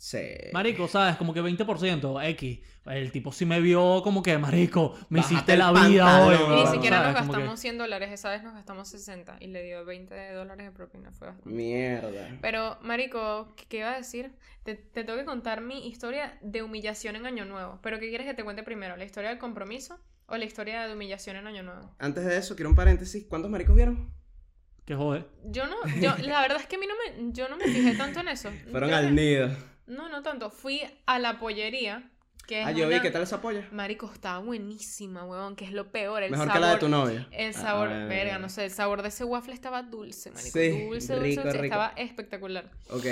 [SPEAKER 1] Sí.
[SPEAKER 2] Eh.
[SPEAKER 3] Marico, ¿sabes? Como que 20%, X. El tipo sí me vio como que, marico, me
[SPEAKER 1] Bájate
[SPEAKER 3] hiciste
[SPEAKER 1] el
[SPEAKER 3] la vida
[SPEAKER 1] pantalón.
[SPEAKER 3] hoy.
[SPEAKER 1] Ni
[SPEAKER 2] Ni
[SPEAKER 3] weón,
[SPEAKER 1] Claro,
[SPEAKER 2] siquiera
[SPEAKER 3] ¿sabes?
[SPEAKER 2] nos
[SPEAKER 3] Como que-
[SPEAKER 2] gastamos 100 dólares, esa vez nos gastamos 60 y le dio 20 dólares de propina, fue bastante.
[SPEAKER 1] Mierda.
[SPEAKER 2] Pero, Marico, ¿qué- ¿qué iba a decir? Te, te tengo que contar mi historia de humillación en Año Nuevo. ¿Pero qué quieres que te cuente primero? ¿La historia del compromiso o la historia de humillación en Año Nuevo?
[SPEAKER 1] Antes de eso, quiero un paréntesis. ¿Cuántos maricos vieron?
[SPEAKER 3] Qué joder.
[SPEAKER 2] Yo no, yo, la verdad es que a mí no me, yo no me fijé tanto en eso.
[SPEAKER 1] Fueron
[SPEAKER 2] Creo
[SPEAKER 1] al
[SPEAKER 2] que-
[SPEAKER 1] nido.
[SPEAKER 2] No, no tanto. Fui a la pollería, que es
[SPEAKER 1] Ah, yo vi,
[SPEAKER 2] una-
[SPEAKER 1] ¿qué tal esa polla?
[SPEAKER 2] Marico, estaba buenísima, huevón, que es lo peor, el
[SPEAKER 1] Mejor
[SPEAKER 2] sabor.
[SPEAKER 1] que la de tu novia.
[SPEAKER 2] El sabor,
[SPEAKER 1] Ah,
[SPEAKER 2] verga, no sé, el sabor de ese waffle estaba dulce, marico.
[SPEAKER 1] Sí,
[SPEAKER 2] dulce, dulce,
[SPEAKER 1] rico,
[SPEAKER 2] dulce,
[SPEAKER 1] rico.
[SPEAKER 2] estaba espectacular.
[SPEAKER 1] Ok.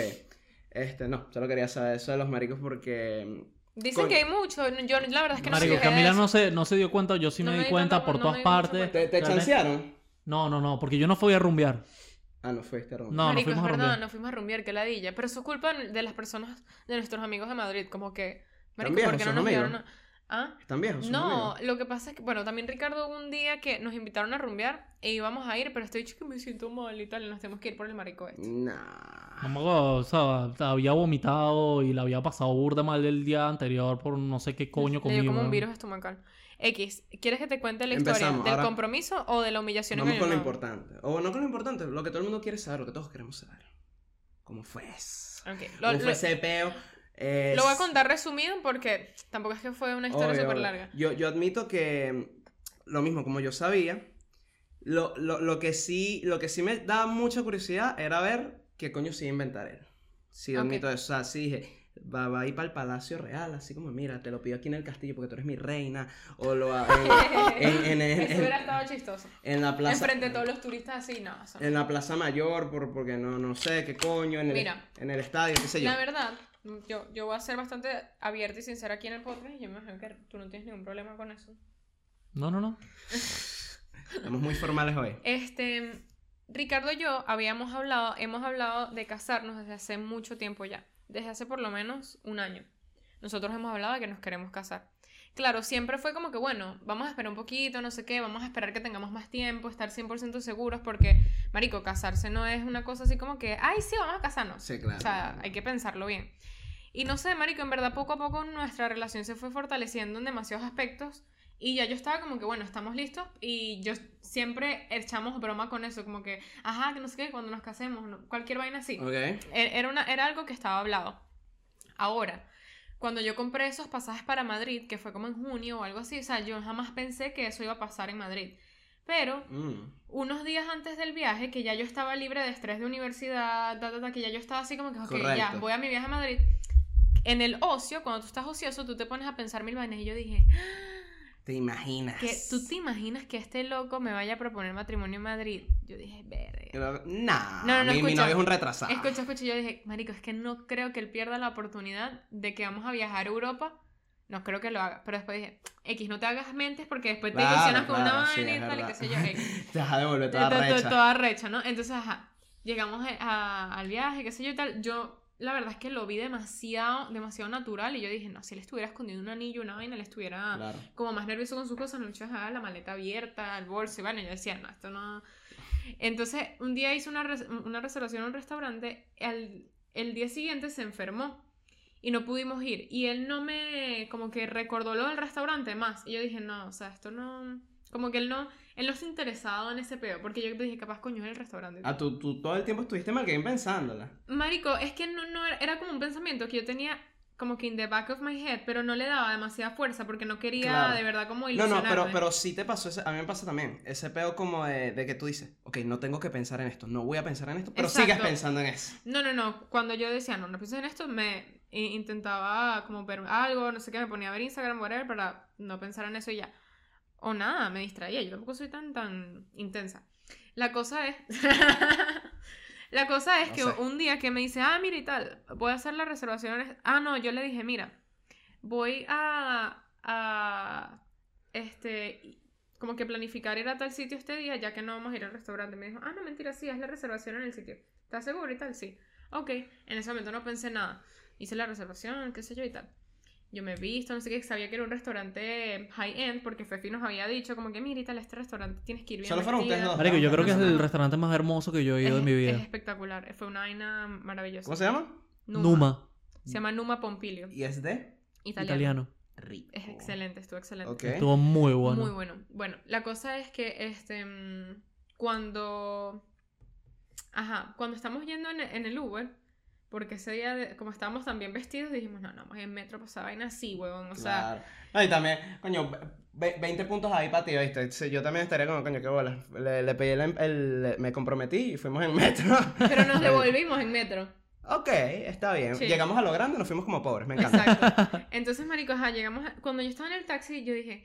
[SPEAKER 1] Este, no, solo quería saber eso de los maricos porque
[SPEAKER 2] Dicen
[SPEAKER 1] Coño.
[SPEAKER 2] que hay mucho, yo la verdad es que no
[SPEAKER 3] Marico,
[SPEAKER 2] sé
[SPEAKER 3] Camila no se, no se dio cuenta, yo sí
[SPEAKER 2] No
[SPEAKER 3] me
[SPEAKER 2] me
[SPEAKER 3] di
[SPEAKER 2] di
[SPEAKER 3] cuenta
[SPEAKER 2] cuenta,
[SPEAKER 3] por
[SPEAKER 2] no
[SPEAKER 3] todas
[SPEAKER 2] me di mucha
[SPEAKER 3] partes.
[SPEAKER 2] cuenta.
[SPEAKER 1] ¿Te, te
[SPEAKER 3] Realmente-
[SPEAKER 1] chancearon?
[SPEAKER 3] No, no, no, porque yo no fui a rumbear.
[SPEAKER 1] Ah, no fuiste a Roma.
[SPEAKER 3] No,
[SPEAKER 2] Marico,
[SPEAKER 3] fuimos a
[SPEAKER 2] es verdad,
[SPEAKER 3] rumbear.
[SPEAKER 2] nos fuimos a rumbear, que ladilla. Pero eso es culpa de las personas, de nuestros amigos de Madrid, como que. Marico,
[SPEAKER 1] viejos
[SPEAKER 2] ¿por qué no
[SPEAKER 1] sus
[SPEAKER 2] nos
[SPEAKER 1] amigos?
[SPEAKER 2] llevaron a- ¿Ah?
[SPEAKER 1] ¿Están viejos? son
[SPEAKER 2] No,
[SPEAKER 1] amigos.
[SPEAKER 2] lo que pasa es que, bueno, también Ricardo hubo un día que nos invitaron a rumbear e íbamos a ir, pero estoy dicho que me siento mal y tal, y nos tenemos que ir por el marico
[SPEAKER 1] Mm.
[SPEAKER 2] este.
[SPEAKER 3] No
[SPEAKER 1] Nah.
[SPEAKER 3] me acuerdo, o sea, había vomitado y la había pasado burda mal el día anterior por no sé qué coño
[SPEAKER 2] Le
[SPEAKER 3] comí.
[SPEAKER 2] dio como un
[SPEAKER 3] weón.
[SPEAKER 2] virus estomacal. X, ¿quieres que te cuente la historia
[SPEAKER 1] Empezamos,
[SPEAKER 2] del
[SPEAKER 1] ahora-
[SPEAKER 2] compromiso o de la humillación en
[SPEAKER 1] Vamos
[SPEAKER 2] Año
[SPEAKER 1] con lo
[SPEAKER 2] Nuevo?
[SPEAKER 1] importante. O no con lo importante, lo que todo el mundo quiere saber, lo que todos queremos saber. ¿Cómo fue eso?
[SPEAKER 2] Ok, lo,
[SPEAKER 1] ¿Cómo fue
[SPEAKER 2] lo-
[SPEAKER 1] ese peo?
[SPEAKER 2] lo voy a
[SPEAKER 1] Es-
[SPEAKER 2] contar resumido porque tampoco es que fue una historia
[SPEAKER 1] Obvio,
[SPEAKER 2] súper
[SPEAKER 1] obvio.
[SPEAKER 2] larga.
[SPEAKER 1] Yo, yo admito que mm, lo mismo, como yo sabía, lo, lo- lo que sí, lo que sí me daba mucha curiosidad era ver qué coño se iba a inventar él. Sí,
[SPEAKER 2] Ok.
[SPEAKER 1] admito eso. O sea, sí dije, va, va a ir para el Palacio Real, así como, mira, te lo pido aquí en el castillo porque tú eres mi reina. O lo va- en, en- en- en-
[SPEAKER 2] Eso hubiera estado chistoso.
[SPEAKER 1] en la plaza.
[SPEAKER 2] Enfrente de todos los turistas así, no. eso no.
[SPEAKER 1] En la Plaza Mayor, por, porque no, no sé qué coño, en el,
[SPEAKER 2] Mira.
[SPEAKER 1] en el estadio, qué sé yo.
[SPEAKER 2] La verdad, yo, yo voy a ser bastante abierta y sincera aquí en el podcast y yo me imagino que tú no tienes ningún problema con eso.
[SPEAKER 3] No, no, no.
[SPEAKER 1] Estamos muy formales hoy.
[SPEAKER 2] Este, Ricardo y yo habíamos hablado, hemos hablado de casarnos desde hace mucho tiempo ya, desde hace por lo menos un año. Nosotros hemos hablado de que nos queremos casar. Claro, siempre fue como que, bueno, vamos a esperar un poquito, no sé qué, vamos a esperar que tengamos más tiempo, estar 100% seguros, porque, Marico, casarse no es una cosa así como que, ay, sí, vamos a casarnos.
[SPEAKER 1] Sí, claro.
[SPEAKER 2] O sea, hay que pensarlo bien. Y no sé, Marico, en verdad poco a poco nuestra relación se fue fortaleciendo en demasiados aspectos. Y ya yo estaba como que, bueno, estamos listos. Y yo siempre echamos broma con eso, como que, ajá, que no sé qué, cuando nos casemos, no- cualquier vaina así.
[SPEAKER 1] Ok.
[SPEAKER 2] E- Era, una, era algo que estaba hablado. Ahora, cuando yo compré esos pasajes para Madrid, que fue como en junio o algo así, o sea, yo jamás pensé que eso iba a pasar en Madrid. Pero
[SPEAKER 1] Mm.
[SPEAKER 2] unos días antes del viaje, que ya yo estaba libre de estrés de universidad, ta, ta, ta, que ya yo estaba así como que, ok, ya,
[SPEAKER 1] Correcto.
[SPEAKER 2] voy a mi viaje a Madrid. En el ocio, cuando tú estás ocioso, tú te pones a pensar mil vainas. Y yo dije,
[SPEAKER 1] Te imaginas.
[SPEAKER 2] que ¿tú te imaginas que este loco me vaya a proponer matrimonio en Madrid? Yo dije, verga.
[SPEAKER 1] Y luego, Nah,
[SPEAKER 2] No, no, no,
[SPEAKER 1] mi, mi
[SPEAKER 2] escucha.
[SPEAKER 1] novio es un retrasado.
[SPEAKER 2] Escucha, escucha, yo dije, marico, es que no creo que él pierda la oportunidad de que vamos a viajar a Europa. No creo que lo haga. Pero después dije, X, no te hagas mentes porque después te
[SPEAKER 1] Claro,
[SPEAKER 2] ilusionas con una
[SPEAKER 1] claro, sí,
[SPEAKER 2] vaina y
[SPEAKER 1] es
[SPEAKER 2] tal, y qué
[SPEAKER 1] verdad.
[SPEAKER 2] sé yo. X.
[SPEAKER 1] Te vas a devolver toda
[SPEAKER 2] To- to-
[SPEAKER 1] recha.
[SPEAKER 2] toda recha, ¿no? Entonces, ajá, llegamos a- a- al viaje, qué sé yo y tal. Yo, la verdad es que lo vi demasiado, demasiado natural y yo dije, no, si él estuviera escondiendo un anillo, una vaina, él estuviera
[SPEAKER 1] Claro.
[SPEAKER 2] como más nervioso con sus cosas, no mucho dejaba la maleta abierta, el bolso, y bueno, yo decía, no, esto no... Entonces, un día hizo una, res- una reservación en un restaurante, al- el día siguiente se enfermó y no pudimos ir, y él no me, como que recordó lo del restaurante más, y yo dije, no, o sea, esto no... Como que él no, él no está interesado en ese peo, porque yo dije, capaz coño es el restaurante.
[SPEAKER 1] Ah, tú, tú todo el tiempo estuviste mal game pensándola.
[SPEAKER 2] Marico, es que no, no era, era como un pensamiento que yo tenía como que in the back of my head, pero no le daba demasiada fuerza porque no quería
[SPEAKER 1] Claro.
[SPEAKER 2] de verdad como
[SPEAKER 1] No, no,
[SPEAKER 2] ilusionarme.
[SPEAKER 1] pero, pero sí te pasó, ese- a mí me pasa también, ese peo como de, de que tú dices, ok, no tengo que pensar en esto, no voy a pensar en esto, pero
[SPEAKER 2] Exacto.
[SPEAKER 1] sigues pensando en eso.
[SPEAKER 2] No, no, no. Cuando yo decía, no, no pienso en esto, me i- intentaba como ver algo, no sé qué, me ponía a ver Instagram, whatever, para no pensar en eso y ya. O nada, me distraía. Yo tampoco soy tan, tan intensa. La cosa es. la cosa es
[SPEAKER 1] No
[SPEAKER 2] que
[SPEAKER 1] sé.
[SPEAKER 2] un día que me dice, ah, mira y tal, voy a hacer las reservaciones. Ah, no, yo le dije, mira, voy a. a. este. como que planificar ir a tal sitio este día, ya que no vamos a ir al restaurante. Me dijo, ah, no, mentira, sí, es la reservación en el sitio. ¿Estás seguro y tal? Sí. Ok, en ese momento no pensé nada. Hice la reservación, qué sé yo y tal. Yo me he visto, no sé qué, sabía que era un restaurante high-end porque Fefi nos había dicho como que, mira y tal, este restaurante tienes que ir bien
[SPEAKER 1] Solo fueron
[SPEAKER 2] vestida".
[SPEAKER 1] ustedes dos.
[SPEAKER 3] Marico, yo creo que es el
[SPEAKER 2] Ajá.
[SPEAKER 3] restaurante más hermoso que yo he ido
[SPEAKER 2] es,
[SPEAKER 3] en mi
[SPEAKER 2] es
[SPEAKER 3] vida.
[SPEAKER 2] espectacular, fue una vaina maravillosa.
[SPEAKER 1] ¿Cómo se llama?
[SPEAKER 3] Numa,
[SPEAKER 2] Se llama Numa Pompilio,
[SPEAKER 1] Y es de
[SPEAKER 2] italiano.
[SPEAKER 3] italiano.
[SPEAKER 1] rico.
[SPEAKER 2] Es excelente, estuvo excelente.
[SPEAKER 1] Ok.
[SPEAKER 3] Estuvo muy bueno.
[SPEAKER 2] Muy bueno. Bueno, la cosa es que este mm, cuando ajá, cuando estamos yendo en, en el Uber, porque ese día de- como estábamos tan bien vestidos, dijimos, no, no, vamos en metro pues, esa vaina así, huevón, o sea,
[SPEAKER 1] Claro. No, y también, coño, ve- 20 puntos ahí para ti, ¿viste? Sí, Yo también estaría como, coño, qué bola. Le, le pedí el, el- me comprometí y fuimos en metro.
[SPEAKER 2] pero nos devolvimos en metro.
[SPEAKER 1] ok, está bien.
[SPEAKER 2] Sí.
[SPEAKER 1] Llegamos a lo grande, nos fuimos como pobres, me encanta.
[SPEAKER 2] Exacto. Entonces, marico, ajá, llegamos a- cuando yo estaba en el taxi, yo dije,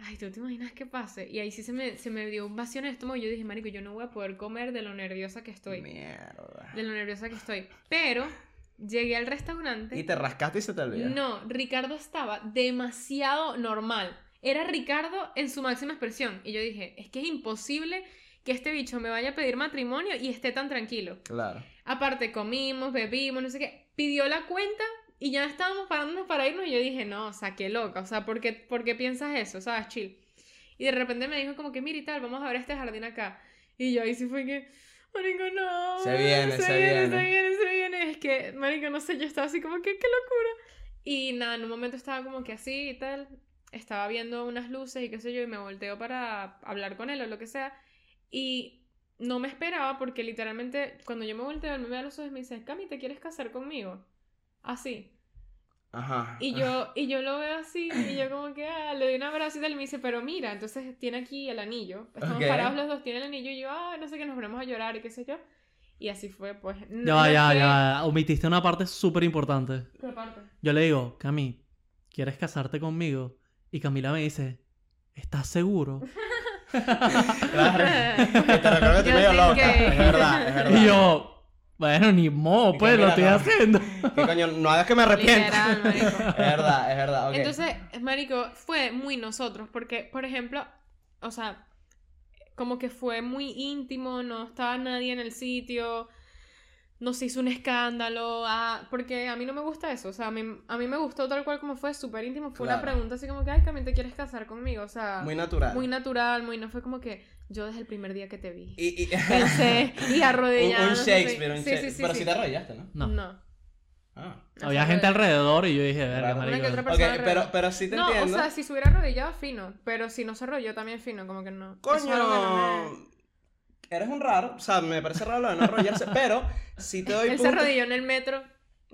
[SPEAKER 2] ay, ¿tú te imaginas qué pase? Y ahí sí se me, se me dio un vacío en el estómago y yo dije, marico, yo no voy a poder comer de lo nerviosa que estoy.
[SPEAKER 1] Mierda.
[SPEAKER 2] De lo nerviosa que estoy. Pero llegué al restaurante.
[SPEAKER 1] Y te rascaste y se te olvidó.
[SPEAKER 2] No, Ricardo estaba demasiado normal. Era Ricardo en su máxima expresión. Y yo dije, es que es imposible que este bicho me vaya a pedir matrimonio y esté tan tranquilo.
[SPEAKER 1] Claro.
[SPEAKER 2] Aparte, comimos, bebimos, no sé qué. Pidió la cuenta y ya estábamos parándonos para irnos. Y yo dije, no, o sea, qué loca. O sea, ¿por qué, por qué piensas eso? ¿Sabes, chill? Y de repente me dijo como que, mira y tal, vamos a ver este jardín acá. Y yo ahí sí fue que, marico, no.
[SPEAKER 1] Se viene, se viene.
[SPEAKER 2] Se viene, se viene. Es que, marico, no sé, yo estaba así como que, qué locura. Y nada, en un momento estaba como que así y tal. estaba viendo unas luces y qué sé yo, y me volteo para hablar con él o lo que sea. Y no me esperaba porque literalmente cuando yo me volteo, él me ve a los ojos y me dice, Cami, ¿te quieres casar conmigo? Así.
[SPEAKER 1] Ajá.
[SPEAKER 2] Y yo, y yo lo veo así, y yo como que ah, le doy un abrazo y tal, y me dice, pero mira, entonces tiene aquí el anillo. Estamos
[SPEAKER 1] Ok.
[SPEAKER 2] parados los dos, tiene el anillo, y yo, ah, no sé qué, nos ponemos a llorar y qué sé yo. Y así fue, pues. no-
[SPEAKER 3] Ya,
[SPEAKER 2] no
[SPEAKER 3] va, ya,
[SPEAKER 2] fue-
[SPEAKER 3] ya. va. Omitiste una parte súper importante.
[SPEAKER 2] ¿Qué parte?
[SPEAKER 3] Yo le digo, Cami, ¿quieres casarte conmigo? Y Camila me dice, ¿estás seguro?
[SPEAKER 2] Ah,
[SPEAKER 5] Te recuerdo que estoy
[SPEAKER 2] Yo
[SPEAKER 5] medio
[SPEAKER 2] sé
[SPEAKER 5] loca.
[SPEAKER 2] que-
[SPEAKER 5] Es verdad, es verdad.
[SPEAKER 3] Y yo, bueno, ni modo,
[SPEAKER 5] Y
[SPEAKER 3] pues lo estoy
[SPEAKER 5] Camila, no.
[SPEAKER 3] haciendo.
[SPEAKER 1] ¿Qué coño? No hagas que me arrepienta.
[SPEAKER 2] Literal, marico.
[SPEAKER 5] Es verdad, es verdad. ok.
[SPEAKER 2] Entonces, marico, fue muy nosotros, porque, por ejemplo, o sea, como que fue muy íntimo, no estaba nadie en el sitio, nos hizo un escándalo, ah, porque a mí no me gusta eso, o sea, a mí, a mí me gustó tal cual como fue, súper íntimo, fue una
[SPEAKER 5] Claro.
[SPEAKER 2] pregunta así como que, ay, Cami, ¿te quieres casar conmigo? O sea,
[SPEAKER 1] Muy natural.
[SPEAKER 2] ah, muy natural, muy, no fue como que yo desde el primer día que te vi.
[SPEAKER 5] Y- y-
[SPEAKER 2] Pensé y
[SPEAKER 5] un,
[SPEAKER 2] arrodillada.
[SPEAKER 5] un
[SPEAKER 2] no sé si-
[SPEAKER 5] Shakespeare, un
[SPEAKER 2] sí, sí,
[SPEAKER 5] Shakespeare.
[SPEAKER 2] sí,
[SPEAKER 5] Pero
[SPEAKER 2] sí.
[SPEAKER 5] si te arrodillaste, ¿no?
[SPEAKER 3] No,
[SPEAKER 2] No.
[SPEAKER 5] Ah.
[SPEAKER 3] había gente alrededor y yo dije, verga,
[SPEAKER 5] Claro.
[SPEAKER 2] Una que
[SPEAKER 3] marico.
[SPEAKER 2] otra
[SPEAKER 5] Ok,
[SPEAKER 2] persona
[SPEAKER 5] pero,
[SPEAKER 2] alrededor.
[SPEAKER 5] pero sí te
[SPEAKER 2] No, o
[SPEAKER 5] entiendo.
[SPEAKER 2] sea, si se hubiera arrodillado, fino. Pero si no se arrodilló, también fino, como que no. Eso es algo que no me-
[SPEAKER 1] Coño. Eres un raro. O sea, me parece raro lo de no arrodillarse. pero si te doy
[SPEAKER 2] Él se
[SPEAKER 1] punto- Ah,
[SPEAKER 2] arrodilló en el metro.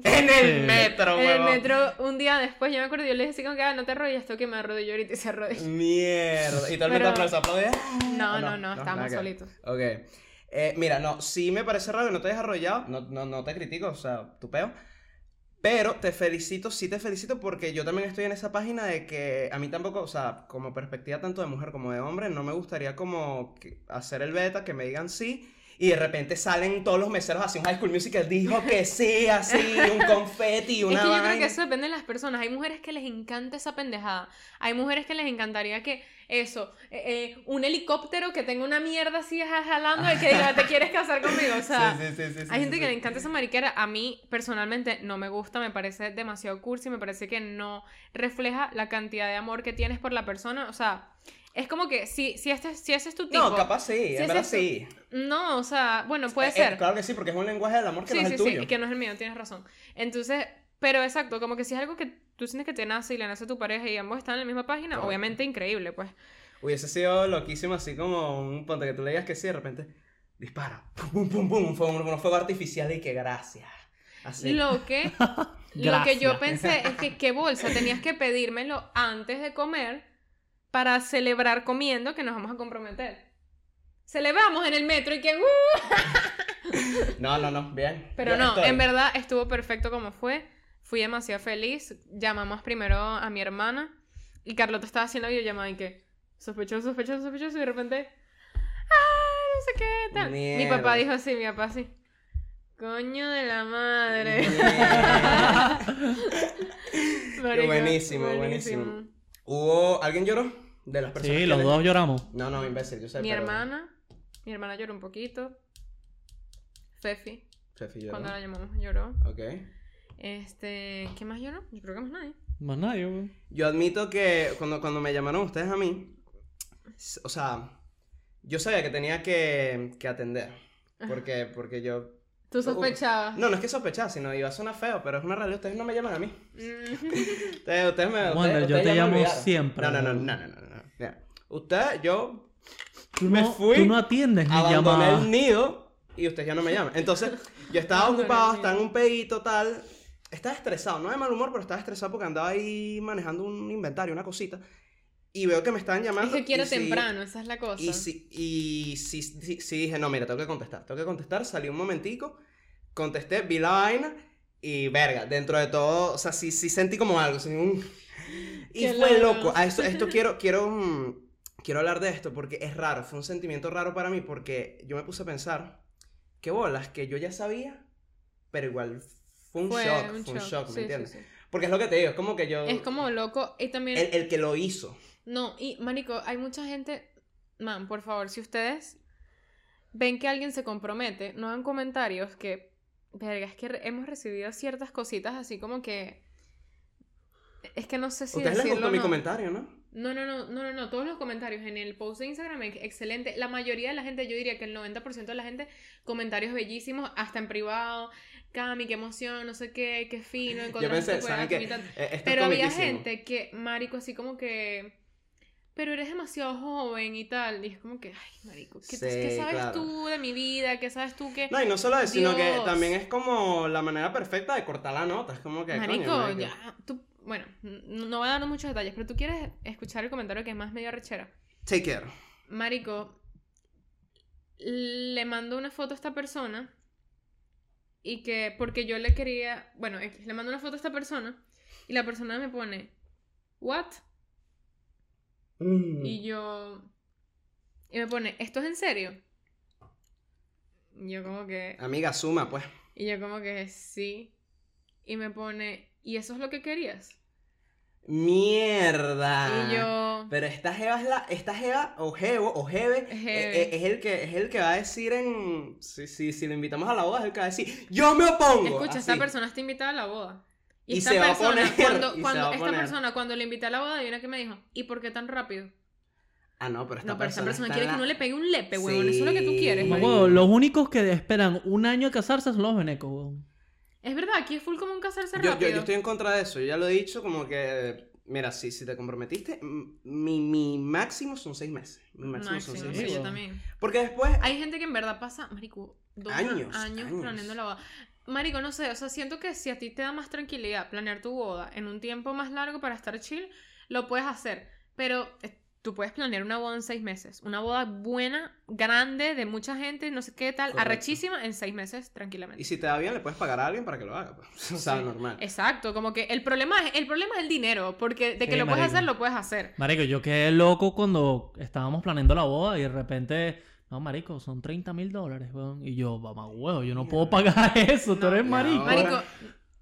[SPEAKER 1] En el
[SPEAKER 3] Sí.
[SPEAKER 1] metro,
[SPEAKER 2] en el
[SPEAKER 1] huevón.
[SPEAKER 2] metro, un día después, yo me acuerdo, yo le dije así como que, ah, no te arrodillaste, que me arrodilló ahorita y se arrodilló.
[SPEAKER 1] Mierda. Y todo el mundo
[SPEAKER 2] Pero-
[SPEAKER 1] aplausa, aplaude.
[SPEAKER 2] No,
[SPEAKER 1] Mm. Ah, no,
[SPEAKER 2] no, no,
[SPEAKER 1] no, nada
[SPEAKER 2] estábamos
[SPEAKER 1] que ver.
[SPEAKER 2] solitos.
[SPEAKER 1] Ok. Eh, mira, no, sí me parece raro que no te hayas arrollado. No, no, no te critico, o sea, tu peo. Pero te felicito, sí te felicito porque yo también estoy en esa página de que a mí tampoco, o sea, como perspectiva tanto de mujer como de hombre, no me gustaría como que- hacer el beta, que me digan sí. Y de repente salen todos los meseros así, un High School Musical dijo que sí, así, un confeti, una
[SPEAKER 2] es que yo creo
[SPEAKER 1] vaina.
[SPEAKER 2] que eso depende de las personas. Hay mujeres que les encanta esa pendejada. Hay mujeres que les encantaría que eso, eh, eh, un helicóptero que tenga una mierda así ja- jalando y que diga, te quieres casar conmigo. O sea,
[SPEAKER 5] sí, sí, sí, sí, sí,
[SPEAKER 2] Hay gente
[SPEAKER 5] sí,
[SPEAKER 2] que
[SPEAKER 5] sí.
[SPEAKER 2] le encanta esa mariquera. A mí, personalmente, no me gusta. Me parece demasiado cursi. Me parece que no refleja la cantidad de amor que tienes por la persona. O sea, es como que si, si, este, si ese es tu tipo.
[SPEAKER 1] No, capaz sí, en
[SPEAKER 2] es
[SPEAKER 1] verdad
[SPEAKER 2] eso.
[SPEAKER 1] sí.
[SPEAKER 2] No, o sea, bueno, puede
[SPEAKER 1] Eh, eh,
[SPEAKER 2] ser.
[SPEAKER 1] claro que sí, porque es un lenguaje del amor que
[SPEAKER 2] sí,
[SPEAKER 1] no es
[SPEAKER 2] sí,
[SPEAKER 1] el
[SPEAKER 2] sí.
[SPEAKER 1] tuyo.
[SPEAKER 2] Que no es el mío, tienes razón. Entonces, pero exacto, como que si es algo que tú sientes que te nace y le nace a tu pareja y ambos están en la misma página,
[SPEAKER 1] Correcto.
[SPEAKER 2] obviamente increíble, pues.
[SPEAKER 1] Hubiese sido loquísimo así como un ponte que tú le digas que sí, de repente dispara, pum, pum, pum, pum, fue un, un fuego artificial y que gracias. Así.
[SPEAKER 2] Lo que lo que
[SPEAKER 3] Gracias.
[SPEAKER 2] yo pensé es que qué bolsa, tenías que pedírmelo antes de comer para celebrar comiendo que nos vamos a comprometer. Celebramos en el metro y que ¡uh!
[SPEAKER 1] No, no, no, bien.
[SPEAKER 2] Pero
[SPEAKER 1] Yo
[SPEAKER 2] no,
[SPEAKER 1] estoy.
[SPEAKER 2] en verdad estuvo perfecto como fue. Fui demasiado feliz. Llamamos primero a mi hermana y Carlota estaba haciendo videollamada y que sospechoso, sospechoso, sospechoso y de repente ¡ah! No sé qué tal. Mi
[SPEAKER 1] Mierda.
[SPEAKER 2] papá dijo así, mi papá así. Coño de la madre.
[SPEAKER 1] Bien.
[SPEAKER 2] Marico,
[SPEAKER 1] buenísimo, buenísimo. Hubo. ¿Alguien lloró? De las personas.
[SPEAKER 3] Sí,
[SPEAKER 1] que
[SPEAKER 3] los
[SPEAKER 1] le-
[SPEAKER 3] dos lloramos.
[SPEAKER 1] No, no, imbécil, yo sé.
[SPEAKER 2] Mi
[SPEAKER 1] pero-
[SPEAKER 2] hermana, mi hermana lloró un poquito. Fefi,
[SPEAKER 1] Fefi lloró.
[SPEAKER 2] cuando la llamamos, lloró.
[SPEAKER 1] Ok.
[SPEAKER 2] Este, ¿qué más lloró? Yo creo que más nadie.
[SPEAKER 3] Más nadie, güey.
[SPEAKER 1] Yo admito que cuando, cuando me llamaron ustedes a mí, s- o sea, yo sabía que tenía que, que atender. Porque, porque yo
[SPEAKER 2] Tú sospechabas.
[SPEAKER 1] Uh, No, no es que sospechaba, sino iba a sonar feo, pero es una realidad. Ustedes no me llaman a mí.
[SPEAKER 2] Mm.
[SPEAKER 1] Ustedes, ustedes me. ustedes-
[SPEAKER 3] Wander, yo
[SPEAKER 1] ustedes
[SPEAKER 3] te
[SPEAKER 1] ya me
[SPEAKER 3] llamo
[SPEAKER 1] olvidaron.
[SPEAKER 3] siempre.
[SPEAKER 1] No, no, no, no, no, no. no. Mira, Usted, yo.
[SPEAKER 3] Tú
[SPEAKER 1] me
[SPEAKER 3] no-
[SPEAKER 1] fui,
[SPEAKER 3] Tú no atiendes mi
[SPEAKER 1] Abandoné
[SPEAKER 3] llamada.
[SPEAKER 1] el nido y ustedes ya no me llaman. Entonces, yo estaba
[SPEAKER 2] Abandoné
[SPEAKER 1] ocupado,
[SPEAKER 2] el
[SPEAKER 1] estaba en
[SPEAKER 2] nido.
[SPEAKER 1] un pedito tal. Estaba estresado, no de mal humor, pero estaba estresado porque andaba ahí manejando un inventario, una cosita. Y veo que me están
[SPEAKER 2] Es
[SPEAKER 1] llamando.
[SPEAKER 2] que quiero
[SPEAKER 1] y sí-
[SPEAKER 2] temprano, esa es la cosa.
[SPEAKER 1] Y sí, y sí, sí- sí dije, no, mira, tengo que contestar, tengo que contestar, salí un momentico, contesté, vi la vaina y verga, dentro de todo, o sea, sí, sí sentí como algo, sí, un- y
[SPEAKER 2] Qué
[SPEAKER 1] fue
[SPEAKER 2] loco.
[SPEAKER 1] loco. A esto, esto quiero, quiero, mm, quiero hablar de esto porque es raro, fue un sentimiento raro para mí porque yo me puse a pensar, qué bolas, que yo ya sabía, pero igual fue un
[SPEAKER 2] Fue
[SPEAKER 1] shock, fue un shock, ¿me
[SPEAKER 2] sí, sí,
[SPEAKER 1] entiendes?
[SPEAKER 2] sí.
[SPEAKER 1] Porque es lo que te digo, es como que yo,
[SPEAKER 2] Es como loco. Y también.
[SPEAKER 1] el, el que lo hizo,
[SPEAKER 2] No, y Marico, hay mucha gente. Man, por favor, si ustedes ven que alguien se compromete, no hagan comentarios que. Verga, es que re- hemos recibido ciertas cositas así como que. Es que no sé si
[SPEAKER 1] ustedes les
[SPEAKER 2] decirlo.
[SPEAKER 1] gustó
[SPEAKER 2] o
[SPEAKER 1] mi
[SPEAKER 2] no.
[SPEAKER 1] comentario, ¿no?
[SPEAKER 2] No, no, no, no, no, no, todos los comentarios en el post de Instagram, ex- excelente. La mayoría de la gente, yo diría que el 90% de la gente, comentarios bellísimos, hasta en privado. Cami, qué emoción, no sé qué, qué fino.
[SPEAKER 1] Yo
[SPEAKER 2] encontraste
[SPEAKER 1] pensé,
[SPEAKER 2] tu
[SPEAKER 1] ¿saben
[SPEAKER 2] pedazo
[SPEAKER 1] qué?
[SPEAKER 2] y tal.
[SPEAKER 1] Eh, esto
[SPEAKER 2] Pero
[SPEAKER 1] es
[SPEAKER 2] había
[SPEAKER 1] comiquísimo.
[SPEAKER 2] gente que, marico, así como que... Pero eres demasiado joven y tal. Y es como que, ay, marico, ¿qué,
[SPEAKER 1] Sí,
[SPEAKER 2] qué sabes
[SPEAKER 1] claro.
[SPEAKER 2] tú de mi vida? ¿Qué sabes tú que...?
[SPEAKER 1] No, y no solo eso, sino que
[SPEAKER 2] Dios.
[SPEAKER 1] también es como la manera perfecta de cortar la nota. Es como que. coño,
[SPEAKER 2] Marico,
[SPEAKER 1] marico.
[SPEAKER 2] ya, tú... Bueno, n- no voy a dar muchos detalles, pero tú quieres escuchar el comentario que es más medio arrechera.
[SPEAKER 1] Take care.
[SPEAKER 2] Marico, le mando una foto a esta persona y que, porque yo le quería, bueno, X, le mando una foto a esta persona y la persona me pone, ¿what? Y yo, y me pone, ¿esto es en serio? Y yo como que,
[SPEAKER 1] Amiga, suma, pues.
[SPEAKER 2] y yo como que, sí. Y me pone, ¿y eso es lo que querías?
[SPEAKER 1] Mierda.
[SPEAKER 2] Y yo,
[SPEAKER 1] Pero esta jeva es la. Esta jeva, o jevo, o jeve, eh,
[SPEAKER 2] Jeve.
[SPEAKER 1] eh, es, el que, es el que va a decir en. Si, si, si lo invitamos a la boda, es el que va a decir, ¡Yo me opongo!
[SPEAKER 2] Escucha, esta
[SPEAKER 1] así.
[SPEAKER 2] persona está invitada a la boda.
[SPEAKER 1] Y
[SPEAKER 2] Y, esta
[SPEAKER 1] se va a
[SPEAKER 2] persona,
[SPEAKER 1] poner,
[SPEAKER 2] cuando,
[SPEAKER 1] y se
[SPEAKER 2] cuando-
[SPEAKER 1] va a
[SPEAKER 2] esta
[SPEAKER 1] poner.
[SPEAKER 2] persona, cuando le invité a la boda, adivina que me dijo, ¿y por qué tan rápido?
[SPEAKER 1] Ah, no, pero esta
[SPEAKER 2] no, pero
[SPEAKER 1] persona.
[SPEAKER 2] esta persona
[SPEAKER 1] está
[SPEAKER 2] quiere
[SPEAKER 1] en
[SPEAKER 2] que
[SPEAKER 1] la-
[SPEAKER 2] uno le pegue un lepe, huevón. Eso es lo que tú
[SPEAKER 1] Sí.
[SPEAKER 2] quieres.
[SPEAKER 1] Mamá,
[SPEAKER 2] marico.
[SPEAKER 3] Como,
[SPEAKER 1] huevo.
[SPEAKER 3] huevón, los únicos que esperan un año de casarse son los venecos, huevón.
[SPEAKER 2] Es verdad, aquí es full como un casarse
[SPEAKER 1] Yo, yo,
[SPEAKER 2] rápido.
[SPEAKER 1] yo estoy en contra de eso, yo ya lo he dicho, como que. Mira, si, si te comprometiste, m- mi, mi máximo son seis meses. Mi máximo,
[SPEAKER 2] Máximo,
[SPEAKER 1] son seis meses.
[SPEAKER 2] sí, yo
[SPEAKER 3] meses.
[SPEAKER 2] también.
[SPEAKER 1] Porque después.
[SPEAKER 2] Hay gente que en verdad pasa, marico, dos
[SPEAKER 1] Años,
[SPEAKER 2] años,
[SPEAKER 1] años.
[SPEAKER 2] planeando la boda. Marico, no sé, o sea, siento que si a ti te da más tranquilidad planear tu boda en un tiempo más largo para estar chill, lo puedes hacer. Pero eh, tú puedes planear una boda en seis meses. Una boda buena, grande, de mucha gente, no sé qué tal,
[SPEAKER 1] Correcto.
[SPEAKER 2] arrechísima, en seis meses tranquilamente.
[SPEAKER 1] Y si te va bien, le puedes pagar a alguien para que lo haga. Pues. O sea,
[SPEAKER 2] Sí.
[SPEAKER 1] normal.
[SPEAKER 2] Exacto, como que el problema es el problema es el dinero, porque de que
[SPEAKER 3] Sí,
[SPEAKER 2] lo puedes
[SPEAKER 3] marico.
[SPEAKER 2] hacer, lo puedes hacer.
[SPEAKER 3] Marico, yo quedé loco cuando estábamos planeando la boda y de repente, no, marico, son 30 mil dólares, weón. Y yo, mamá, huevo, yo no puedo pagar eso, tú
[SPEAKER 2] No.
[SPEAKER 3] eres
[SPEAKER 1] No,
[SPEAKER 3] marico.
[SPEAKER 1] Ahora-
[SPEAKER 2] Marico,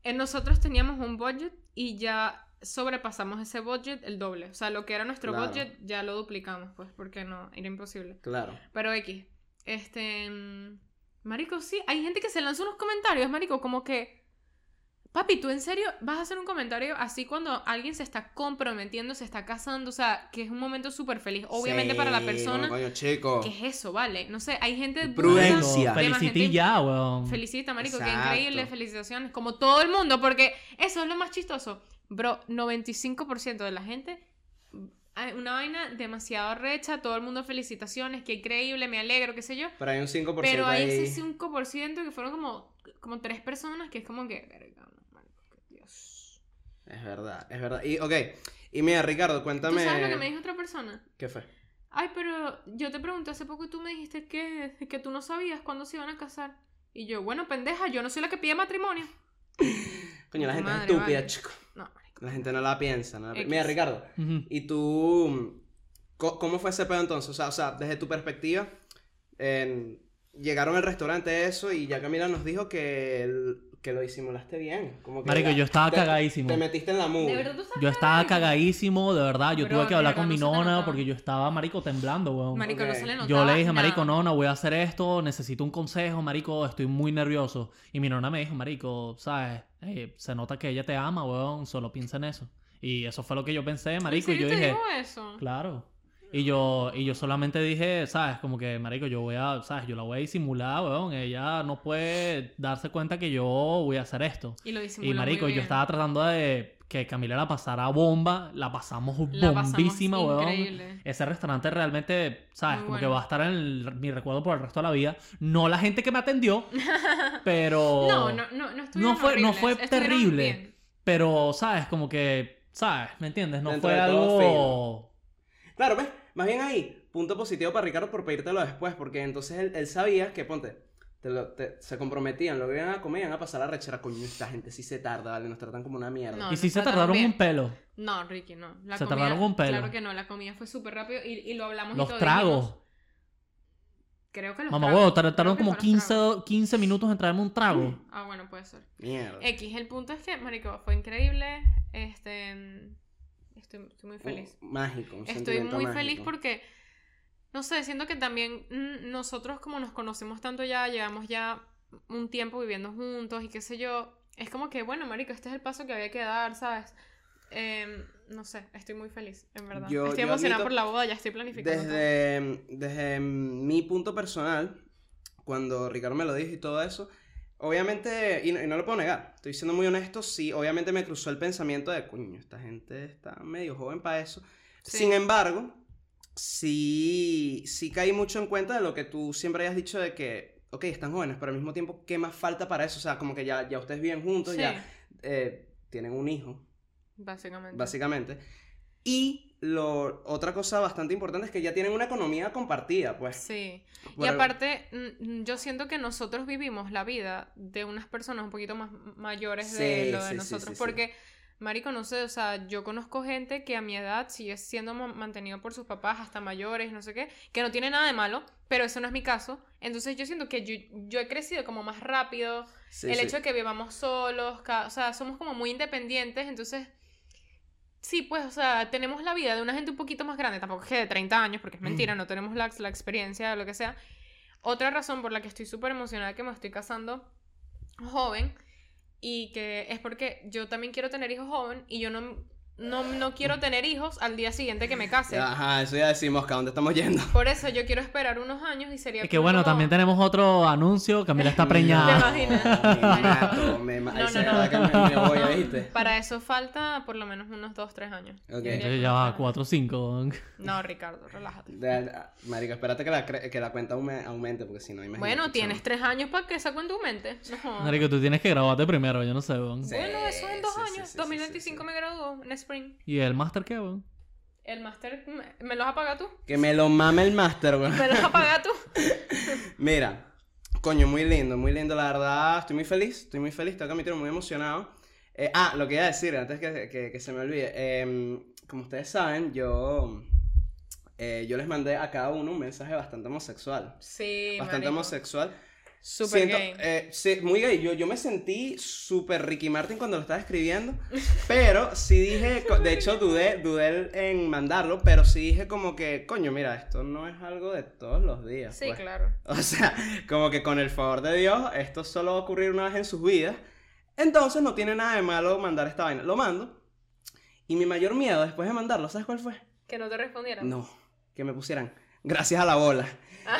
[SPEAKER 2] eh, nosotros teníamos un budget y ya sobrepasamos ese budget el doble. O sea, lo que era nuestro
[SPEAKER 1] Claro.
[SPEAKER 2] budget ya lo duplicamos, pues, porque no, era imposible.
[SPEAKER 1] Claro.
[SPEAKER 2] Pero X, este... mm, Marico, sí, hay gente que se lanza unos comentarios, Marico, como que... Papi, ¿tú en serio vas a hacer un comentario así cuando alguien se está comprometiendo, se está casando? O sea, que es un momento súper feliz, obviamente para la
[SPEAKER 1] Sí,
[SPEAKER 2] persona.
[SPEAKER 1] no, coño, chico.
[SPEAKER 2] ¿Qué es eso? Vale, no sé, hay gente... burda,
[SPEAKER 1] Prudencia.
[SPEAKER 3] Marico,
[SPEAKER 2] Demás
[SPEAKER 3] Felicité
[SPEAKER 2] gente-
[SPEAKER 3] ya, weón.
[SPEAKER 2] Felicita, marico,
[SPEAKER 1] Exacto.
[SPEAKER 2] qué increíble, felicitaciones, como todo el mundo, porque eso es lo más chistoso. Bro, 95% de la gente, ay, una vaina demasiado recha, todo el mundo felicitaciones, qué increíble, me alegro, qué sé yo.
[SPEAKER 1] Pero hay un 5%
[SPEAKER 2] Pero hay
[SPEAKER 1] ahí.
[SPEAKER 2] ese 5% que fueron como, como tres personas que es como que, verga, marico, que Dios.
[SPEAKER 1] Es verdad, es verdad. Y, ok. Y mira, Ricardo,
[SPEAKER 2] ¿Tú
[SPEAKER 1] cuéntame.
[SPEAKER 2] sabes lo que me dijo otra persona?
[SPEAKER 1] ¿Qué fue?
[SPEAKER 2] Ay, pero yo te pregunté hace poco y tú me dijiste que, que tú no sabías cuándo se iban a casar. Y yo, bueno, pendeja, yo no soy la que pide matrimonio.
[SPEAKER 1] Coño, la gente es
[SPEAKER 2] Madre,
[SPEAKER 1] estúpida,
[SPEAKER 2] vale.
[SPEAKER 1] chico.
[SPEAKER 2] No, marico.
[SPEAKER 1] La gente no la piensa. no la pi-
[SPEAKER 2] X.
[SPEAKER 1] Mira, Ricardo,
[SPEAKER 3] Ujú.
[SPEAKER 1] ¿y tú. co- ¿Cómo fue ese pedo entonces? O sea, o sea desde tu perspectiva, en- llegaron al restaurante, eso, y ya Camila nos dijo que, el- que lo disimulaste bien. Como que
[SPEAKER 3] Marico,
[SPEAKER 1] ya-
[SPEAKER 3] yo estaba
[SPEAKER 1] te-
[SPEAKER 3] cagadísimo.
[SPEAKER 1] Te metiste en la
[SPEAKER 2] ¿De
[SPEAKER 1] mugre.
[SPEAKER 2] verdad tú sabes
[SPEAKER 3] Yo estaba
[SPEAKER 2] marico?
[SPEAKER 3] cagadísimo, de verdad. Yo
[SPEAKER 2] Bro,
[SPEAKER 3] tuve que
[SPEAKER 2] de
[SPEAKER 3] hablar
[SPEAKER 2] verdad,
[SPEAKER 3] con
[SPEAKER 2] no
[SPEAKER 3] mi
[SPEAKER 2] se te
[SPEAKER 3] nona
[SPEAKER 2] notaba.
[SPEAKER 3] porque yo estaba, marico, temblando, weón.
[SPEAKER 2] Marico, no se le
[SPEAKER 3] Yo
[SPEAKER 2] notaba
[SPEAKER 3] le dije,
[SPEAKER 2] nada.
[SPEAKER 3] marico, no, no voy a hacer esto, necesito un consejo, marico, estoy muy nervioso. Y mi nona me dijo, marico, sabes, Eh, se nota que ella te ama, weón, solo piensa en eso. Y eso fue lo que yo pensé,
[SPEAKER 2] ¿En
[SPEAKER 3] marico, y
[SPEAKER 2] serio
[SPEAKER 3] yo
[SPEAKER 2] te
[SPEAKER 3] dije,
[SPEAKER 2] dijo eso?
[SPEAKER 3] claro. Y yo, y yo solamente dije, sabes, como que, marico, yo voy a, sabes, yo la voy a disimular, weón, ella no puede darse cuenta que yo voy a hacer esto.
[SPEAKER 2] Y lo disimuló
[SPEAKER 3] Y marico,
[SPEAKER 2] muy
[SPEAKER 3] yo
[SPEAKER 2] bien.
[SPEAKER 3] estaba tratando de que Camila la pasara bomba, la pasamos
[SPEAKER 2] La pasamos
[SPEAKER 3] bombísima, weón.
[SPEAKER 2] increíble.
[SPEAKER 3] Ese restaurante realmente, ¿sabes?
[SPEAKER 2] Muy
[SPEAKER 3] Como que
[SPEAKER 2] bueno.
[SPEAKER 3] va a estar en el- mi recuerdo por el resto de la vida. No la gente que me atendió, pero.
[SPEAKER 2] No, no, no, no estuvieron
[SPEAKER 3] Oh. No fue- no
[SPEAKER 2] horribles,
[SPEAKER 3] fue
[SPEAKER 2] estuvieron
[SPEAKER 3] terrible.
[SPEAKER 2] bien.
[SPEAKER 3] Pero, ¿sabes? Como que, ¿sabes? ¿Me entiendes? No
[SPEAKER 1] Dentro
[SPEAKER 3] fue
[SPEAKER 1] de todo,
[SPEAKER 3] algo.
[SPEAKER 1] Claro, ¿ves? Más bien ahí, punto positivo para Ricardo por pedírtelo después, porque entonces él, él sabía que, ponte, te lo- te- se comprometían, lo que iban a comer, iban a pasar a rechera, coño, esta gente sí se tarda, ¿vale? Nos tratan como una mierda.
[SPEAKER 2] No,
[SPEAKER 3] y sí
[SPEAKER 2] no
[SPEAKER 3] se
[SPEAKER 2] está tan
[SPEAKER 3] tardaron
[SPEAKER 2] bien.
[SPEAKER 3] un pelo.
[SPEAKER 2] No, Ricky, no. La
[SPEAKER 3] Se
[SPEAKER 2] comida-
[SPEAKER 3] tardaron un pelo.
[SPEAKER 2] Claro que no, la comida fue súper rápido y, y lo hablamos y
[SPEAKER 3] Los
[SPEAKER 2] todo,
[SPEAKER 3] tragos.
[SPEAKER 2] dijimos, creo que los
[SPEAKER 3] Mamá,
[SPEAKER 2] tragos.
[SPEAKER 3] huevo,
[SPEAKER 2] creo
[SPEAKER 3] tardaron
[SPEAKER 2] que
[SPEAKER 3] como
[SPEAKER 2] fueron los
[SPEAKER 3] 15,
[SPEAKER 2] tragos.
[SPEAKER 3] 15 minutos en traerme un trago.
[SPEAKER 2] Ah, bueno, puede ser.
[SPEAKER 1] Mierda.
[SPEAKER 2] X, el punto es que, marico, fue increíble. Este... mm, Estoy, estoy muy
[SPEAKER 1] Un-
[SPEAKER 2] feliz.
[SPEAKER 1] mágico, un
[SPEAKER 2] Estoy
[SPEAKER 1] sentimiento
[SPEAKER 2] muy
[SPEAKER 1] mágico.
[SPEAKER 2] feliz porque, no sé, siento que también mm, nosotros como nos conocemos tanto ya, llevamos ya un tiempo viviendo juntos y qué sé yo, es como que, bueno, Marico, este es el paso que había que dar, ¿sabes? Em, no sé, estoy muy feliz, en verdad.
[SPEAKER 1] Yo-
[SPEAKER 2] estoy
[SPEAKER 1] yo
[SPEAKER 2] emocionada
[SPEAKER 1] admito-
[SPEAKER 2] por la boda, ya estoy planificando. todo.
[SPEAKER 1] Desde, desde mi punto personal, cuando Ricardo me lo dijo y todo eso, obviamente, y no, y no lo puedo negar, estoy siendo muy honesto, sí, obviamente me cruzó el pensamiento de, coño, esta gente está medio joven para eso.
[SPEAKER 2] Sí.
[SPEAKER 1] Sin embargo, sí, sí caí mucho en cuenta de lo que tú siempre habías dicho de que, ok, están jóvenes, pero al mismo tiempo, ¿qué más falta para eso? O sea, como que ya, ya ustedes viven juntos,
[SPEAKER 2] Sí,
[SPEAKER 1] ya eh, tienen un hijo,
[SPEAKER 2] básicamente.
[SPEAKER 1] básicamente. Y lo, otra cosa bastante importante es que ya tienen una economía compartida, pues.
[SPEAKER 2] Sí. Y
[SPEAKER 1] Bueno,
[SPEAKER 2] aparte, mm, mm, yo siento que nosotros vivimos la vida de unas personas un poquito más mayores de
[SPEAKER 1] Sí,
[SPEAKER 2] lo de
[SPEAKER 1] sí, sí,
[SPEAKER 2] nosotros.
[SPEAKER 1] sí, sí.
[SPEAKER 2] porque, Marico, no sé, o sea, yo conozco gente que a mi edad sigue siendo ma- mantenido por sus papás hasta mayores, no sé qué, que no tiene nada de malo, pero eso no es mi caso. Entonces yo siento que yo, yo he crecido como más rápido.
[SPEAKER 1] sí,
[SPEAKER 2] el
[SPEAKER 1] Este, sí.
[SPEAKER 2] hecho de que vivamos solos, ca- o sea, somos como muy independientes, entonces... Sí, pues, o sea, tenemos la vida de una gente un poquito más grande, tampoco es que de 30 años, porque es mentira,
[SPEAKER 1] Mm.
[SPEAKER 2] no tenemos la, la experiencia o lo que sea. Otra razón por la que estoy súper emocionada que me estoy casando joven y que es porque yo también quiero tener hijos joven y yo no, no, no quiero tener hijos al día siguiente que me case.
[SPEAKER 1] Ajá, eso ya decimos, ¿a dónde estamos yendo?
[SPEAKER 2] Por eso yo quiero esperar unos años y sería...
[SPEAKER 3] Es que
[SPEAKER 2] cool
[SPEAKER 3] bueno,
[SPEAKER 2] como-
[SPEAKER 3] también tenemos otro anuncio. Camila está preñada.
[SPEAKER 2] No. ¿Te imaginas?
[SPEAKER 1] Me mato, me ma-
[SPEAKER 2] No,
[SPEAKER 1] ahí se
[SPEAKER 2] no, no.
[SPEAKER 1] va, que me- me voy, ¿oíste?
[SPEAKER 2] Para eso falta por lo menos unos 2-3 años.
[SPEAKER 1] Ok.
[SPEAKER 2] Yo diría
[SPEAKER 3] Entonces
[SPEAKER 2] que
[SPEAKER 3] ya va
[SPEAKER 2] falta-
[SPEAKER 3] 4 o 5.
[SPEAKER 2] No, Ricardo, relájate.
[SPEAKER 1] Da- da- Marico, espérate que la, cre- que la cuenta aume- aumente, porque si no, imagínate.
[SPEAKER 2] Bueno,
[SPEAKER 1] chamo.
[SPEAKER 2] tienes tres años para que esa cuenta aumente. No. jodas.
[SPEAKER 3] Marico, tú tienes que graduarte primero, yo no sé, weón.
[SPEAKER 1] Sí,
[SPEAKER 2] Bueno, eso en dos
[SPEAKER 1] sí, sí,
[SPEAKER 2] años.
[SPEAKER 1] sí, sí,
[SPEAKER 2] 2025
[SPEAKER 1] sí, sí.
[SPEAKER 2] me graduó en spring.
[SPEAKER 3] ¿Y el máster qué, weón?
[SPEAKER 2] El máster, ¿me- ¿me los apagas tú?
[SPEAKER 1] Que me lo mame el máster, weón.
[SPEAKER 2] ¿Me los apagas tú?
[SPEAKER 1] Mira, coño, muy lindo, muy lindo, la verdad. Estoy muy feliz, estoy muy feliz, tengo que admitirlo, muy emocionado. Eh, ah, lo que iba a decir antes que, que- que se me olvide. eh, como ustedes saben, yo, eh, yo les mandé a cada uno un mensaje bastante homosexual.
[SPEAKER 2] Sí,
[SPEAKER 1] bastante
[SPEAKER 2] marico.
[SPEAKER 1] homosexual.
[SPEAKER 2] Súper
[SPEAKER 1] Siento-
[SPEAKER 2] gay.
[SPEAKER 1] eh, sí, muy gay. Yo, yo me sentí súper Ricky Martin cuando lo estaba escribiendo. Pero sí dije, co- de hecho dudé, dudé en mandarlo, pero sí dije como que, coño, mira, esto no es algo de todos los días.
[SPEAKER 2] sí,
[SPEAKER 1] pues.
[SPEAKER 2] claro.
[SPEAKER 1] O sea, como que con el favor de Dios, esto solo va a ocurrir una vez en sus vidas. Entonces no tiene nada de malo mandar esta vaina. Lo mando. Y mi mayor miedo después de mandarlo, ¿sabes cuál fue?
[SPEAKER 2] Que no te respondieron.
[SPEAKER 1] No, que me pusieran. Gracias a la bola.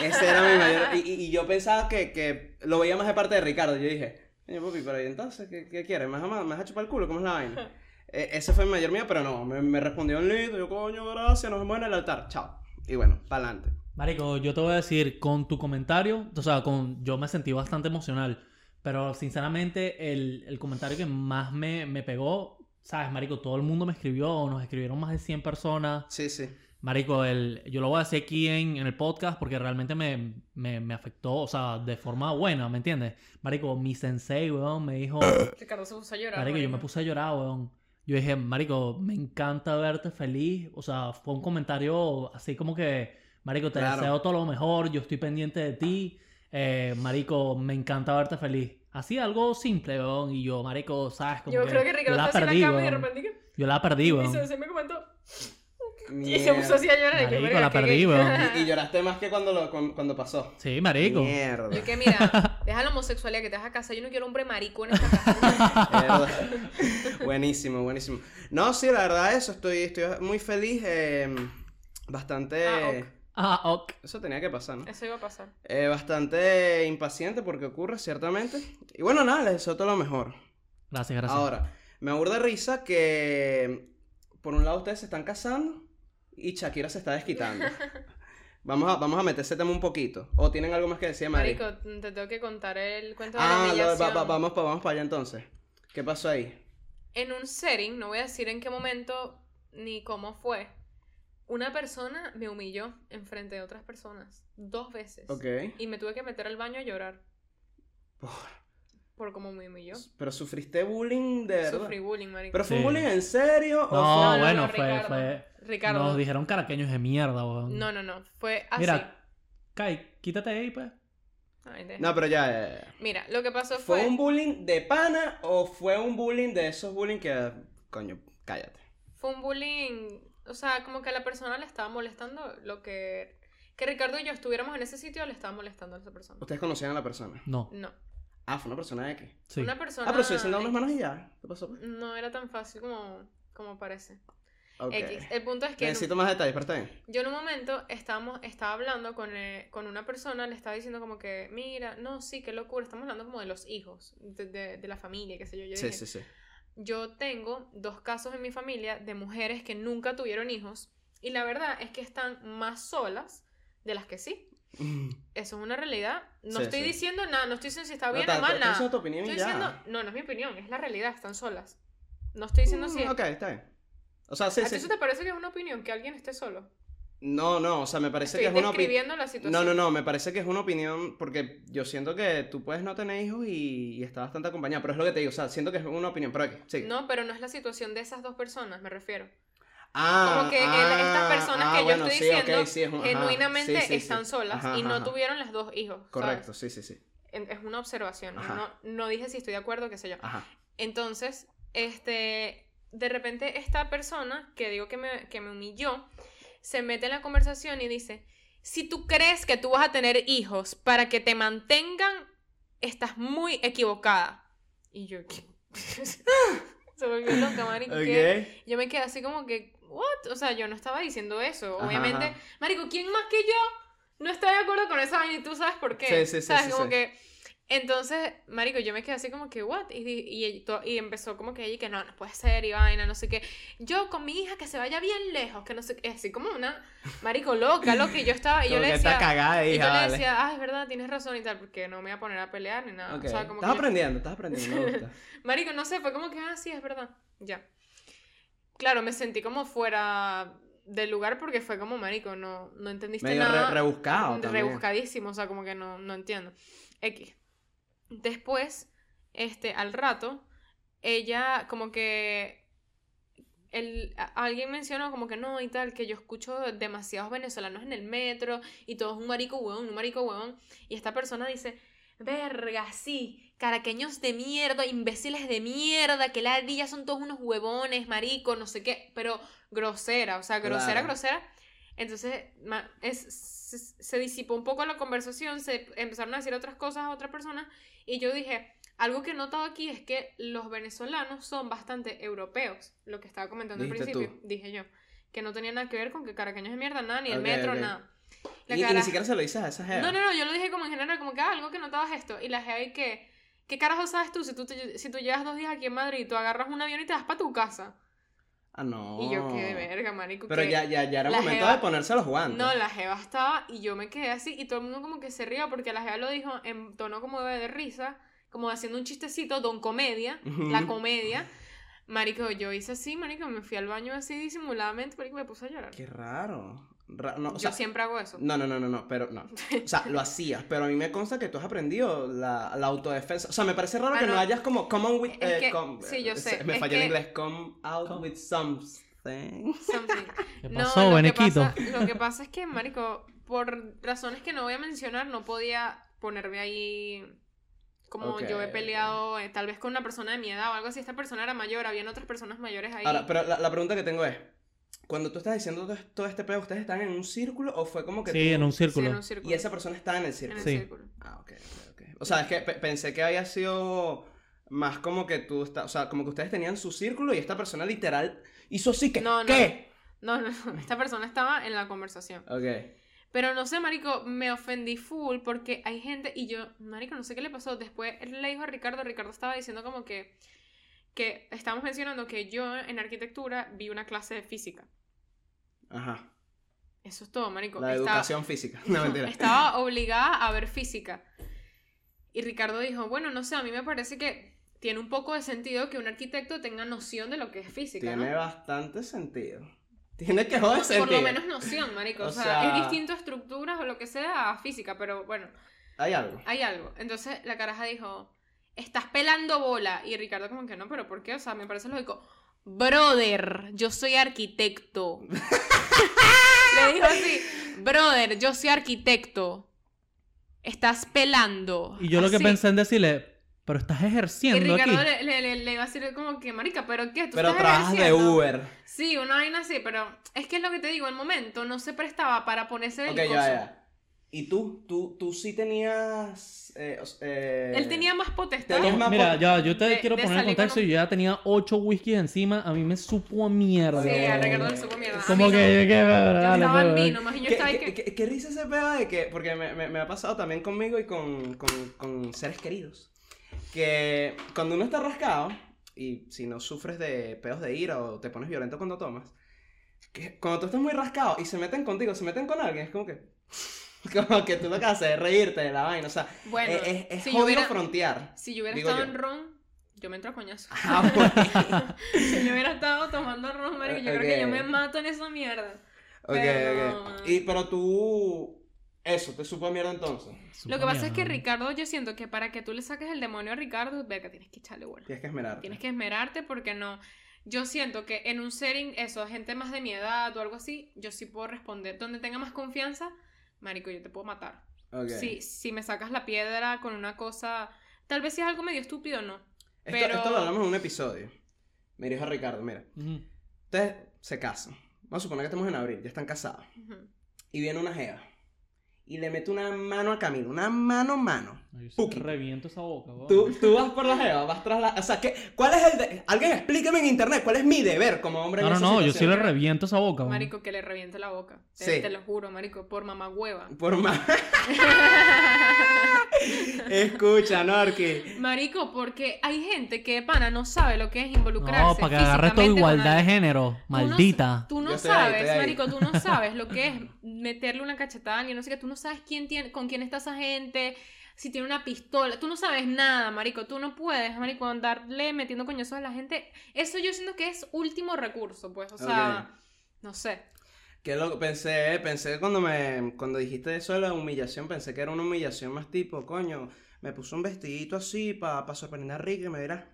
[SPEAKER 1] Ese era mi mayor. Y, y- y yo pensaba que, que lo veía más de parte de Ricardo. Yo dije, oye, papi, pero ¿y entonces qué, qué quieres? ¿Me vas, a, ¿Me vas a chupar el culo? ¿Cómo es la vaina? E- ese fue mi mayor miedo, pero no. Me, me respondió un lindo. Yo, coño, gracias. Nos vemos en el altar. Chao. Y bueno, para adelante.
[SPEAKER 3] Marico, yo te voy a decir, con tu comentario, o sea, con, yo me sentí bastante emocional, pero sinceramente el, el comentario que más me, me pegó, sabes, Marico, todo el mundo me escribió, nos escribieron más de 100 personas.
[SPEAKER 1] Sí, sí.
[SPEAKER 3] Marico, el, yo lo voy a decir aquí en, en el podcast porque realmente me, me, me afectó, o sea, de forma buena, ¿me entiendes? Marico, mi sensei, weón, me dijo,
[SPEAKER 2] Ricardo se puso a llorar.
[SPEAKER 3] Marico, yo me puse a llorar, weón. Yo dije, Marico, me encanta verte feliz. O sea, fue un comentario así como que, Marico, te
[SPEAKER 1] Claro.
[SPEAKER 3] deseo todo lo mejor, yo estoy pendiente de ti. Eh, marico, me encanta verte feliz. Así algo simple, weón. Y yo, Marico, sabes, como
[SPEAKER 2] Yo
[SPEAKER 3] que
[SPEAKER 2] creo que
[SPEAKER 3] yo
[SPEAKER 2] Ricardo
[SPEAKER 3] la
[SPEAKER 2] está así en
[SPEAKER 3] perdí,
[SPEAKER 2] la cama y de
[SPEAKER 3] weón.
[SPEAKER 2] repente... que-
[SPEAKER 3] Yo la perdí,
[SPEAKER 2] Y se,
[SPEAKER 3] weón.
[SPEAKER 2] se me comentó. Y se puso así a llorar. y yo,
[SPEAKER 3] Marico,
[SPEAKER 2] verga,
[SPEAKER 3] la
[SPEAKER 2] qué
[SPEAKER 3] perdí,
[SPEAKER 2] gay.
[SPEAKER 3] weón.
[SPEAKER 1] Y, y lloraste más que cuando, lo, cuan- cuando pasó.
[SPEAKER 3] Sí, Marico.
[SPEAKER 1] Mierda.
[SPEAKER 2] Yo que mira, deja la homosexualidad que te vas a casar. Yo no quiero hombre marico en esta casa.
[SPEAKER 1] Mierda. buenísimo, buenísimo. No, sí, la verdad, eso. Estoy, estoy muy feliz. eh, bastante.
[SPEAKER 2] Ah, ok.
[SPEAKER 3] Ah, ok.
[SPEAKER 1] Eso tenía que pasar, ¿no?
[SPEAKER 2] Eso iba a pasar.
[SPEAKER 1] Eh, bastante impaciente porque ocurre, ciertamente. Y bueno, nada, les deseo todo lo mejor.
[SPEAKER 3] Gracias, gracias.
[SPEAKER 1] Ahora, me aburre risa que. Por un lado, ustedes se están casando y Shakira se está desquitando. Vamos a, vamos a meter ese tema un poquito. ¿O tienen algo más que decir, Mari?
[SPEAKER 2] Marico, te tengo que contar el cuento de la
[SPEAKER 1] Ah, lo- va-
[SPEAKER 2] humillación.
[SPEAKER 1] va- vamos para vamos pa allá entonces. ¿Qué pasó ahí?
[SPEAKER 2] En un setting, no voy a decir en qué momento ni cómo fue, una persona me humilló enfrente de otras personas dos veces.
[SPEAKER 1] Ok.
[SPEAKER 2] Y me tuve que meter al baño a llorar
[SPEAKER 1] Por-
[SPEAKER 2] por cómo me humilló.
[SPEAKER 1] Pero sufriste bullying de verdad.
[SPEAKER 2] Sufrí bullying, marico.
[SPEAKER 1] ¿Pero fue un
[SPEAKER 3] Sí.
[SPEAKER 1] bullying en serio? o
[SPEAKER 3] No,
[SPEAKER 1] fue-
[SPEAKER 3] bueno, fue- fue-
[SPEAKER 2] Ricardo.
[SPEAKER 3] Nos dijeron caraqueños de mierda, weón.
[SPEAKER 2] No, ah, no, no. Fue así.
[SPEAKER 3] Mira, Kai, quítate ahí, pues.
[SPEAKER 2] Ay, deja.
[SPEAKER 1] No, pero ya, ya, ya.
[SPEAKER 2] Mira, lo que pasó
[SPEAKER 1] ¿Fue
[SPEAKER 2] fue...
[SPEAKER 1] un bullying de pana o fue un bullying de esos bullying que. Coño, cállate.
[SPEAKER 2] fue un bullying, o sea, como que a la persona le estaba molestando lo que... Que Ricardo y yo estuviéramos en ese sitio le estaba molestando a esa persona.
[SPEAKER 1] Ustedes conocían a la persona.
[SPEAKER 3] No,
[SPEAKER 2] No.
[SPEAKER 1] Ah, fue una persona X.
[SPEAKER 3] sí.
[SPEAKER 2] Una persona...
[SPEAKER 1] Ah, pero se hubiesen dado unas manos y ya. ¿Qué pasó? pues?
[SPEAKER 2] No era tan fácil como, como parece.
[SPEAKER 1] Ok.
[SPEAKER 2] X. El punto es que en un-
[SPEAKER 1] Necesito más detalles, pero está bien.
[SPEAKER 2] yo en un momento estábamos, estaba hablando con, eh, con una persona, le estaba diciendo como que, mira, no, sí, qué locura, estamos hablando como de los hijos, de, de- de la familia, qué sé yo. Yo
[SPEAKER 1] Sí,
[SPEAKER 2] dije,
[SPEAKER 1] sí, sí.
[SPEAKER 2] yo tengo dos casos en mi familia de mujeres que nunca tuvieron hijos y la verdad es que están más solas de las que sí. Eso es una realidad. No
[SPEAKER 1] Sí,
[SPEAKER 2] estoy
[SPEAKER 1] sí.
[SPEAKER 2] diciendo nada, no estoy diciendo si está bien
[SPEAKER 1] no,
[SPEAKER 2] o mal,
[SPEAKER 1] Esa
[SPEAKER 2] nada.
[SPEAKER 1] es tu opinión y
[SPEAKER 2] Estoy
[SPEAKER 1] ya.
[SPEAKER 2] diciendo, no, no es mi opinión, es la realidad, están solas. No estoy diciendo si...
[SPEAKER 1] Mm, Ok, está bien. O sea, sí,
[SPEAKER 2] ¿A ti
[SPEAKER 1] sí.
[SPEAKER 2] eso te parece que es una opinión que alguien esté solo?
[SPEAKER 1] No, no, o sea, me parece
[SPEAKER 2] Estoy
[SPEAKER 1] que es una opinión.
[SPEAKER 2] describiendo la situación.
[SPEAKER 1] No, no, no, me parece que es una opinión porque yo siento que tú puedes no tener hijos y, y está bastante acompañada, pero es lo que te digo, o sea, siento que es una opinión, pero aquí, sí.
[SPEAKER 2] No, pero no es la situación de esas dos personas, me refiero.
[SPEAKER 1] Ah,
[SPEAKER 2] Como que el-
[SPEAKER 1] ah,
[SPEAKER 2] estas personas
[SPEAKER 1] ah,
[SPEAKER 2] que yo
[SPEAKER 1] bueno,
[SPEAKER 2] estoy
[SPEAKER 1] sí, ok,
[SPEAKER 2] diciendo
[SPEAKER 1] sí, es un- ajá,
[SPEAKER 2] genuinamente
[SPEAKER 1] sí, sí, sí.
[SPEAKER 2] están solas
[SPEAKER 1] Ajá,
[SPEAKER 2] y no
[SPEAKER 1] ajá, ajá.
[SPEAKER 2] tuvieron las dos hijos. ¿sabes?
[SPEAKER 1] Correcto, sí, sí, sí.
[SPEAKER 2] En- Es una observación.
[SPEAKER 1] Ajá.
[SPEAKER 2] No, no dije si estoy de acuerdo, qué sé yo.
[SPEAKER 1] Ajá.
[SPEAKER 2] Entonces, este, de repente esta persona que digo que me, que me humilló, se mete en la conversación y dice, si tú crees que tú vas a tener hijos para que te mantengan, estás muy equivocada. Y yo, ¿qué? se volvió loca, marico. ¿qué? Yo me quedé así como que, ¿what? O sea, yo no estaba diciendo eso.
[SPEAKER 1] Ajá,
[SPEAKER 2] Obviamente,
[SPEAKER 1] ajá.
[SPEAKER 2] marico, ¿quién más que yo no está de acuerdo con esa vaina y tú sabes por qué?
[SPEAKER 1] Sí, sí, sí,
[SPEAKER 2] ¿Sabes?
[SPEAKER 1] sí,
[SPEAKER 2] como
[SPEAKER 1] sí.
[SPEAKER 2] que... Entonces, marico, yo me quedé así como que, ¿what? Y, di- y, ella- to- y empezó como que ella que no, no puede ser, y vaina, no sé qué. Yo con mi hija que se vaya bien lejos, que no sé qué. Así como una, marico, loca, loca. Y yo estaba, y yo
[SPEAKER 1] Como
[SPEAKER 2] le
[SPEAKER 1] que estás
[SPEAKER 2] decía...
[SPEAKER 1] cagada,
[SPEAKER 2] Y
[SPEAKER 1] hija,
[SPEAKER 2] yo le
[SPEAKER 1] vale.
[SPEAKER 2] decía, ah, es verdad, tienes razón y tal, porque no me voy a poner a pelear ni nada.
[SPEAKER 1] Ok,
[SPEAKER 2] O sea, como
[SPEAKER 1] estás
[SPEAKER 2] que yo-
[SPEAKER 1] aprendiendo, estás aprendiendo, me gusta.
[SPEAKER 2] Marico, no sé, fue como que, ah, sí, es verdad. Ya. Claro, me sentí como fuera del lugar porque fue como, marico, no, Este, no entendiste
[SPEAKER 1] Medio re-
[SPEAKER 2] nada.
[SPEAKER 1] rebuscado también.
[SPEAKER 2] Rebuscadísimo, o sea, como que no, no entiendo. X. Después, este, al rato, ella como que... El, a- alguien mencionó como que no y tal, que yo escucho demasiados venezolanos en el metro y todo es un marico huevón, un marico huevón. Y esta persona dice, verga, sí, caraqueños de mierda, imbéciles de mierda, que la día son todos unos huevones, marico, no sé qué, pero grosera, o sea, grosera,
[SPEAKER 1] Claro.
[SPEAKER 2] grosera. Entonces ma- es- se, se disipó un poco la conversación, se empezaron a decir otras cosas a otra persona y yo dije, algo que he notado aquí es que los venezolanos son bastante europeos, lo que estaba comentando al
[SPEAKER 1] Dijiste
[SPEAKER 2] principio, dije yo, que no tenía nada que ver con que caraqueños de mierda, nada, ni el
[SPEAKER 1] Ok,
[SPEAKER 2] metro,
[SPEAKER 1] ok.
[SPEAKER 2] nada. La
[SPEAKER 1] Y, y
[SPEAKER 2] cara-
[SPEAKER 1] ni siquiera se lo dices a esa jeva.
[SPEAKER 2] no, no, no, yo lo dije como en general, como que ah, algo que notabas esto. Y la gente que, ¿qué carajo sabes tú si tú, te- si tú llevas dos días aquí en Madrid y tú agarras un avión y te vas para tu casa?
[SPEAKER 1] Ah, no.
[SPEAKER 2] Y yo, qué verga, marico.
[SPEAKER 1] Pero
[SPEAKER 2] que-
[SPEAKER 1] ya, ya, ya era
[SPEAKER 2] la
[SPEAKER 1] momento
[SPEAKER 2] jeva-
[SPEAKER 1] de ponerse los guantes.
[SPEAKER 2] No, la jeva estaba y yo me quedé así y todo el mundo como que se rió porque la jeva lo dijo en tono como de risa, como haciendo un chistecito, don comedia,
[SPEAKER 1] Ujú.
[SPEAKER 2] la comedia. Marico, yo hice así, marico, me fui al baño así disimuladamente, marico, me puse a llorar.
[SPEAKER 1] Qué raro. Ra- no, o
[SPEAKER 2] yo
[SPEAKER 1] sea,
[SPEAKER 2] siempre hago eso.
[SPEAKER 1] No, no, no, no, no, pero no. O sea, lo hacías, pero a mí me consta que tú has aprendido la, la autodefensa. O sea, me parece raro
[SPEAKER 2] Ah,
[SPEAKER 1] que no.
[SPEAKER 2] no.
[SPEAKER 1] hayas como come on with.
[SPEAKER 2] Es
[SPEAKER 1] eh,
[SPEAKER 2] que-
[SPEAKER 1] come-
[SPEAKER 2] sí, yo
[SPEAKER 1] eh,
[SPEAKER 2] sé,
[SPEAKER 1] Me
[SPEAKER 2] es
[SPEAKER 1] falló el
[SPEAKER 2] que-
[SPEAKER 1] inglés. Come out
[SPEAKER 3] Come-
[SPEAKER 1] with something.
[SPEAKER 2] Something.
[SPEAKER 3] ¿Qué
[SPEAKER 2] No,
[SPEAKER 3] pasó,
[SPEAKER 2] lo, que
[SPEAKER 3] Benequito?
[SPEAKER 2] pasa, lo que pasa es que, Marico, por razones que no voy a mencionar, no podía ponerme ahí como
[SPEAKER 1] Ok,
[SPEAKER 2] yo he
[SPEAKER 1] ok.
[SPEAKER 2] peleado, eh, tal vez con una persona de mi edad o algo así. Esta persona era mayor, habían otras personas mayores ahí.
[SPEAKER 1] Ahora, pero la, la pregunta que tengo es: cuando tú estás diciendo todo, todo este pedo, ¿ustedes están en un círculo o fue como que.
[SPEAKER 3] Sí,
[SPEAKER 1] tú-
[SPEAKER 3] en un
[SPEAKER 2] Sí, en
[SPEAKER 3] círculo.
[SPEAKER 2] un círculo.
[SPEAKER 1] Y esa persona estaba en el
[SPEAKER 2] En
[SPEAKER 1] círculo.
[SPEAKER 2] el
[SPEAKER 3] Sí.
[SPEAKER 2] círculo.
[SPEAKER 1] Ah, ok, ok, ok. O sea, es que pe- pensé que había sido más como que tú estás. O sea, como que ustedes tenían su círculo y esta persona literal hizo así que.
[SPEAKER 2] No, no.
[SPEAKER 1] ¿Qué?
[SPEAKER 2] No, no, no, esta persona estaba en la conversación.
[SPEAKER 1] Ok.
[SPEAKER 2] Pero no sé, Marico, me ofendí full porque hay gente y yo, Marico, no sé qué le pasó. Después él le dijo a Ricardo, Ricardo estaba diciendo como que, que estamos mencionando que yo en arquitectura vi una clase de física.
[SPEAKER 1] Ajá.
[SPEAKER 2] Eso es todo, Marico.
[SPEAKER 1] La
[SPEAKER 2] Estaba-
[SPEAKER 1] educación física. No, mentira.
[SPEAKER 2] Estaba obligada a ver física. Y Ricardo dijo, bueno, no sé, a mí me parece que tiene un poco de sentido que un arquitecto tenga noción de lo que es física. ¿no?
[SPEAKER 1] Tiene bastante sentido. Tiene que joder
[SPEAKER 2] Por- Por
[SPEAKER 1] sentido.
[SPEAKER 2] lo menos noción, marico.
[SPEAKER 1] O
[SPEAKER 2] O sea,
[SPEAKER 1] sea-
[SPEAKER 2] es distinto a estructuras o lo que sea a física, pero bueno,
[SPEAKER 1] Hay algo.
[SPEAKER 2] hay algo. Entonces la caraja dijo, estás pelando bola. Y Ricardo como que no, pero ¿por qué? O sea, me parece lógico. Brother, yo soy arquitecto. Le dijo así, brother, yo soy arquitecto. Estás pelando.
[SPEAKER 3] Y yo lo que
[SPEAKER 2] Así.
[SPEAKER 3] pensé en decirle, pero estás
[SPEAKER 2] Y
[SPEAKER 3] ejerciendo aquí.
[SPEAKER 2] Ah, Ricardo le, le, le- le iba a decir como que, marica, pero ¿qué? ¿Tú
[SPEAKER 1] Pero
[SPEAKER 2] estás
[SPEAKER 1] trabajas de
[SPEAKER 2] ejerciendo?"
[SPEAKER 1] Uber.
[SPEAKER 2] Sí, una vaina así, pero es que es lo que te digo, el momento no se prestaba para ponerse
[SPEAKER 1] Ok,
[SPEAKER 2] belicoso.
[SPEAKER 1] ya, ya. Y tú, tú, tú sí tenías. eh, os- eh,
[SPEAKER 2] Él tenía más potestad.
[SPEAKER 1] tenías más
[SPEAKER 3] Mira,
[SPEAKER 1] pot-
[SPEAKER 3] ya, yo te
[SPEAKER 2] de-
[SPEAKER 3] quiero
[SPEAKER 2] de
[SPEAKER 3] poner en
[SPEAKER 2] salir
[SPEAKER 3] contexto.
[SPEAKER 2] con
[SPEAKER 3] Yo ya tenía ocho whiskies encima. A mí me supo a mierda.
[SPEAKER 2] Sí, a
[SPEAKER 3] bro.
[SPEAKER 2] Ricardo le supo mierda. A
[SPEAKER 3] Como
[SPEAKER 2] mí
[SPEAKER 3] que,
[SPEAKER 2] no.
[SPEAKER 3] que-
[SPEAKER 2] Yo
[SPEAKER 3] dale,
[SPEAKER 2] estaba en
[SPEAKER 3] bro.
[SPEAKER 2] mí, nomás y yo
[SPEAKER 1] ¿Qué,
[SPEAKER 2] estaba ahí
[SPEAKER 1] qué-
[SPEAKER 2] que.
[SPEAKER 1] qué- qué risa ese pedo de que, porque me, me- me ha pasado también conmigo y con, con- con seres queridos, que cuando uno está rascado, y si no sufres de pedos de ira o te pones violento cuando tomas, que cuando tú estás muy rascado y se meten contigo, se meten con alguien, es como que, como que tú lo que haces es reírte de la vaina, o sea, e-,
[SPEAKER 2] Bueno,
[SPEAKER 1] es, es, Eh, es
[SPEAKER 2] si, yo
[SPEAKER 1] jodido
[SPEAKER 2] hubiera,
[SPEAKER 1] frontear.
[SPEAKER 2] si yo hubiera
[SPEAKER 1] digo
[SPEAKER 2] estado
[SPEAKER 1] yo.
[SPEAKER 2] en ron, yo me entro a coñazo.
[SPEAKER 1] Ah, bueno.
[SPEAKER 2] si yo hubiera estado tomando ron, marico, yo creo que yo
[SPEAKER 1] Ok.
[SPEAKER 2] me mato en esa mierda.
[SPEAKER 1] Ok,
[SPEAKER 2] Pero-
[SPEAKER 1] ok. Y, pero tú, eso, te supo a mierda entonces.
[SPEAKER 3] Supo
[SPEAKER 2] Lo que pasa
[SPEAKER 3] mierda,
[SPEAKER 2] es que
[SPEAKER 3] bro.
[SPEAKER 2] Ricardo, yo siento que para que tú le saques el demonio a Ricardo, verga, tienes que echarle bola.
[SPEAKER 1] Tienes que esmerarte.
[SPEAKER 2] Tienes que esmerarte porque no. Yo siento que en un setting, eso, gente más de mi edad o algo así, yo sí puedo responder. Donde tenga más confianza, marico, yo te puedo matar.
[SPEAKER 1] Ok.
[SPEAKER 2] Si, si me sacas la piedra con una cosa, tal vez si es algo medio estúpido, no.
[SPEAKER 1] Esto,
[SPEAKER 2] Pero-
[SPEAKER 1] esto lo hablamos en un episodio. Me dijo Ricardo, mira,
[SPEAKER 3] Ujú.
[SPEAKER 1] ustedes se casan. Vamos a suponer que estamos en abril, ya están casados.
[SPEAKER 2] Ujú.
[SPEAKER 1] Y viene una jeva. Y le mete una mano a Camilo, una mano mano.
[SPEAKER 3] Ay, yo sí
[SPEAKER 1] Puki.
[SPEAKER 3] Reviento esa boca, bro.
[SPEAKER 1] Tú, tú vas por la jeva, vas tras la... O sea, ¿qué, ¿cuál es el... de- Alguien explíqueme en internet, ¿cuál es mi deber como hombre
[SPEAKER 3] No,
[SPEAKER 1] en
[SPEAKER 3] no,
[SPEAKER 1] esa
[SPEAKER 3] no, yo sí
[SPEAKER 1] situación?
[SPEAKER 3] le reviento esa boca, bro.
[SPEAKER 2] Marico, que le reviente la boca. Te,
[SPEAKER 1] Sí.
[SPEAKER 2] te lo juro, marico, por mamá hueva.
[SPEAKER 1] Por más... Escucha, Norky.
[SPEAKER 2] Marico, porque hay gente que de pana no sabe lo que es involucrarse.
[SPEAKER 3] No, para que agarre tu
[SPEAKER 2] físicamente con
[SPEAKER 3] igualdad de
[SPEAKER 2] alguien.
[SPEAKER 3] género,
[SPEAKER 2] Tú no-
[SPEAKER 3] maldita.
[SPEAKER 2] Tú no,
[SPEAKER 1] Yo estoy ahí,
[SPEAKER 2] sabes,
[SPEAKER 1] estoy ahí.
[SPEAKER 2] marico, tú no sabes lo que es meterle una cachetada a alguien, no sé qué, tú no sabes quién tiene, con quién está esa gente, si tiene una pistola, tú no sabes nada, marico, tú no puedes, marico, andarle metiendo coñazos a la gente. Eso yo siento que es último recurso, pues, o sea, no sé.
[SPEAKER 1] Que lo pensé, pensé cuando me cuando dijiste eso de la humillación, pensé que era una humillación más tipo, coño, me puso un vestidito así para sorprender a Ricky y me dirá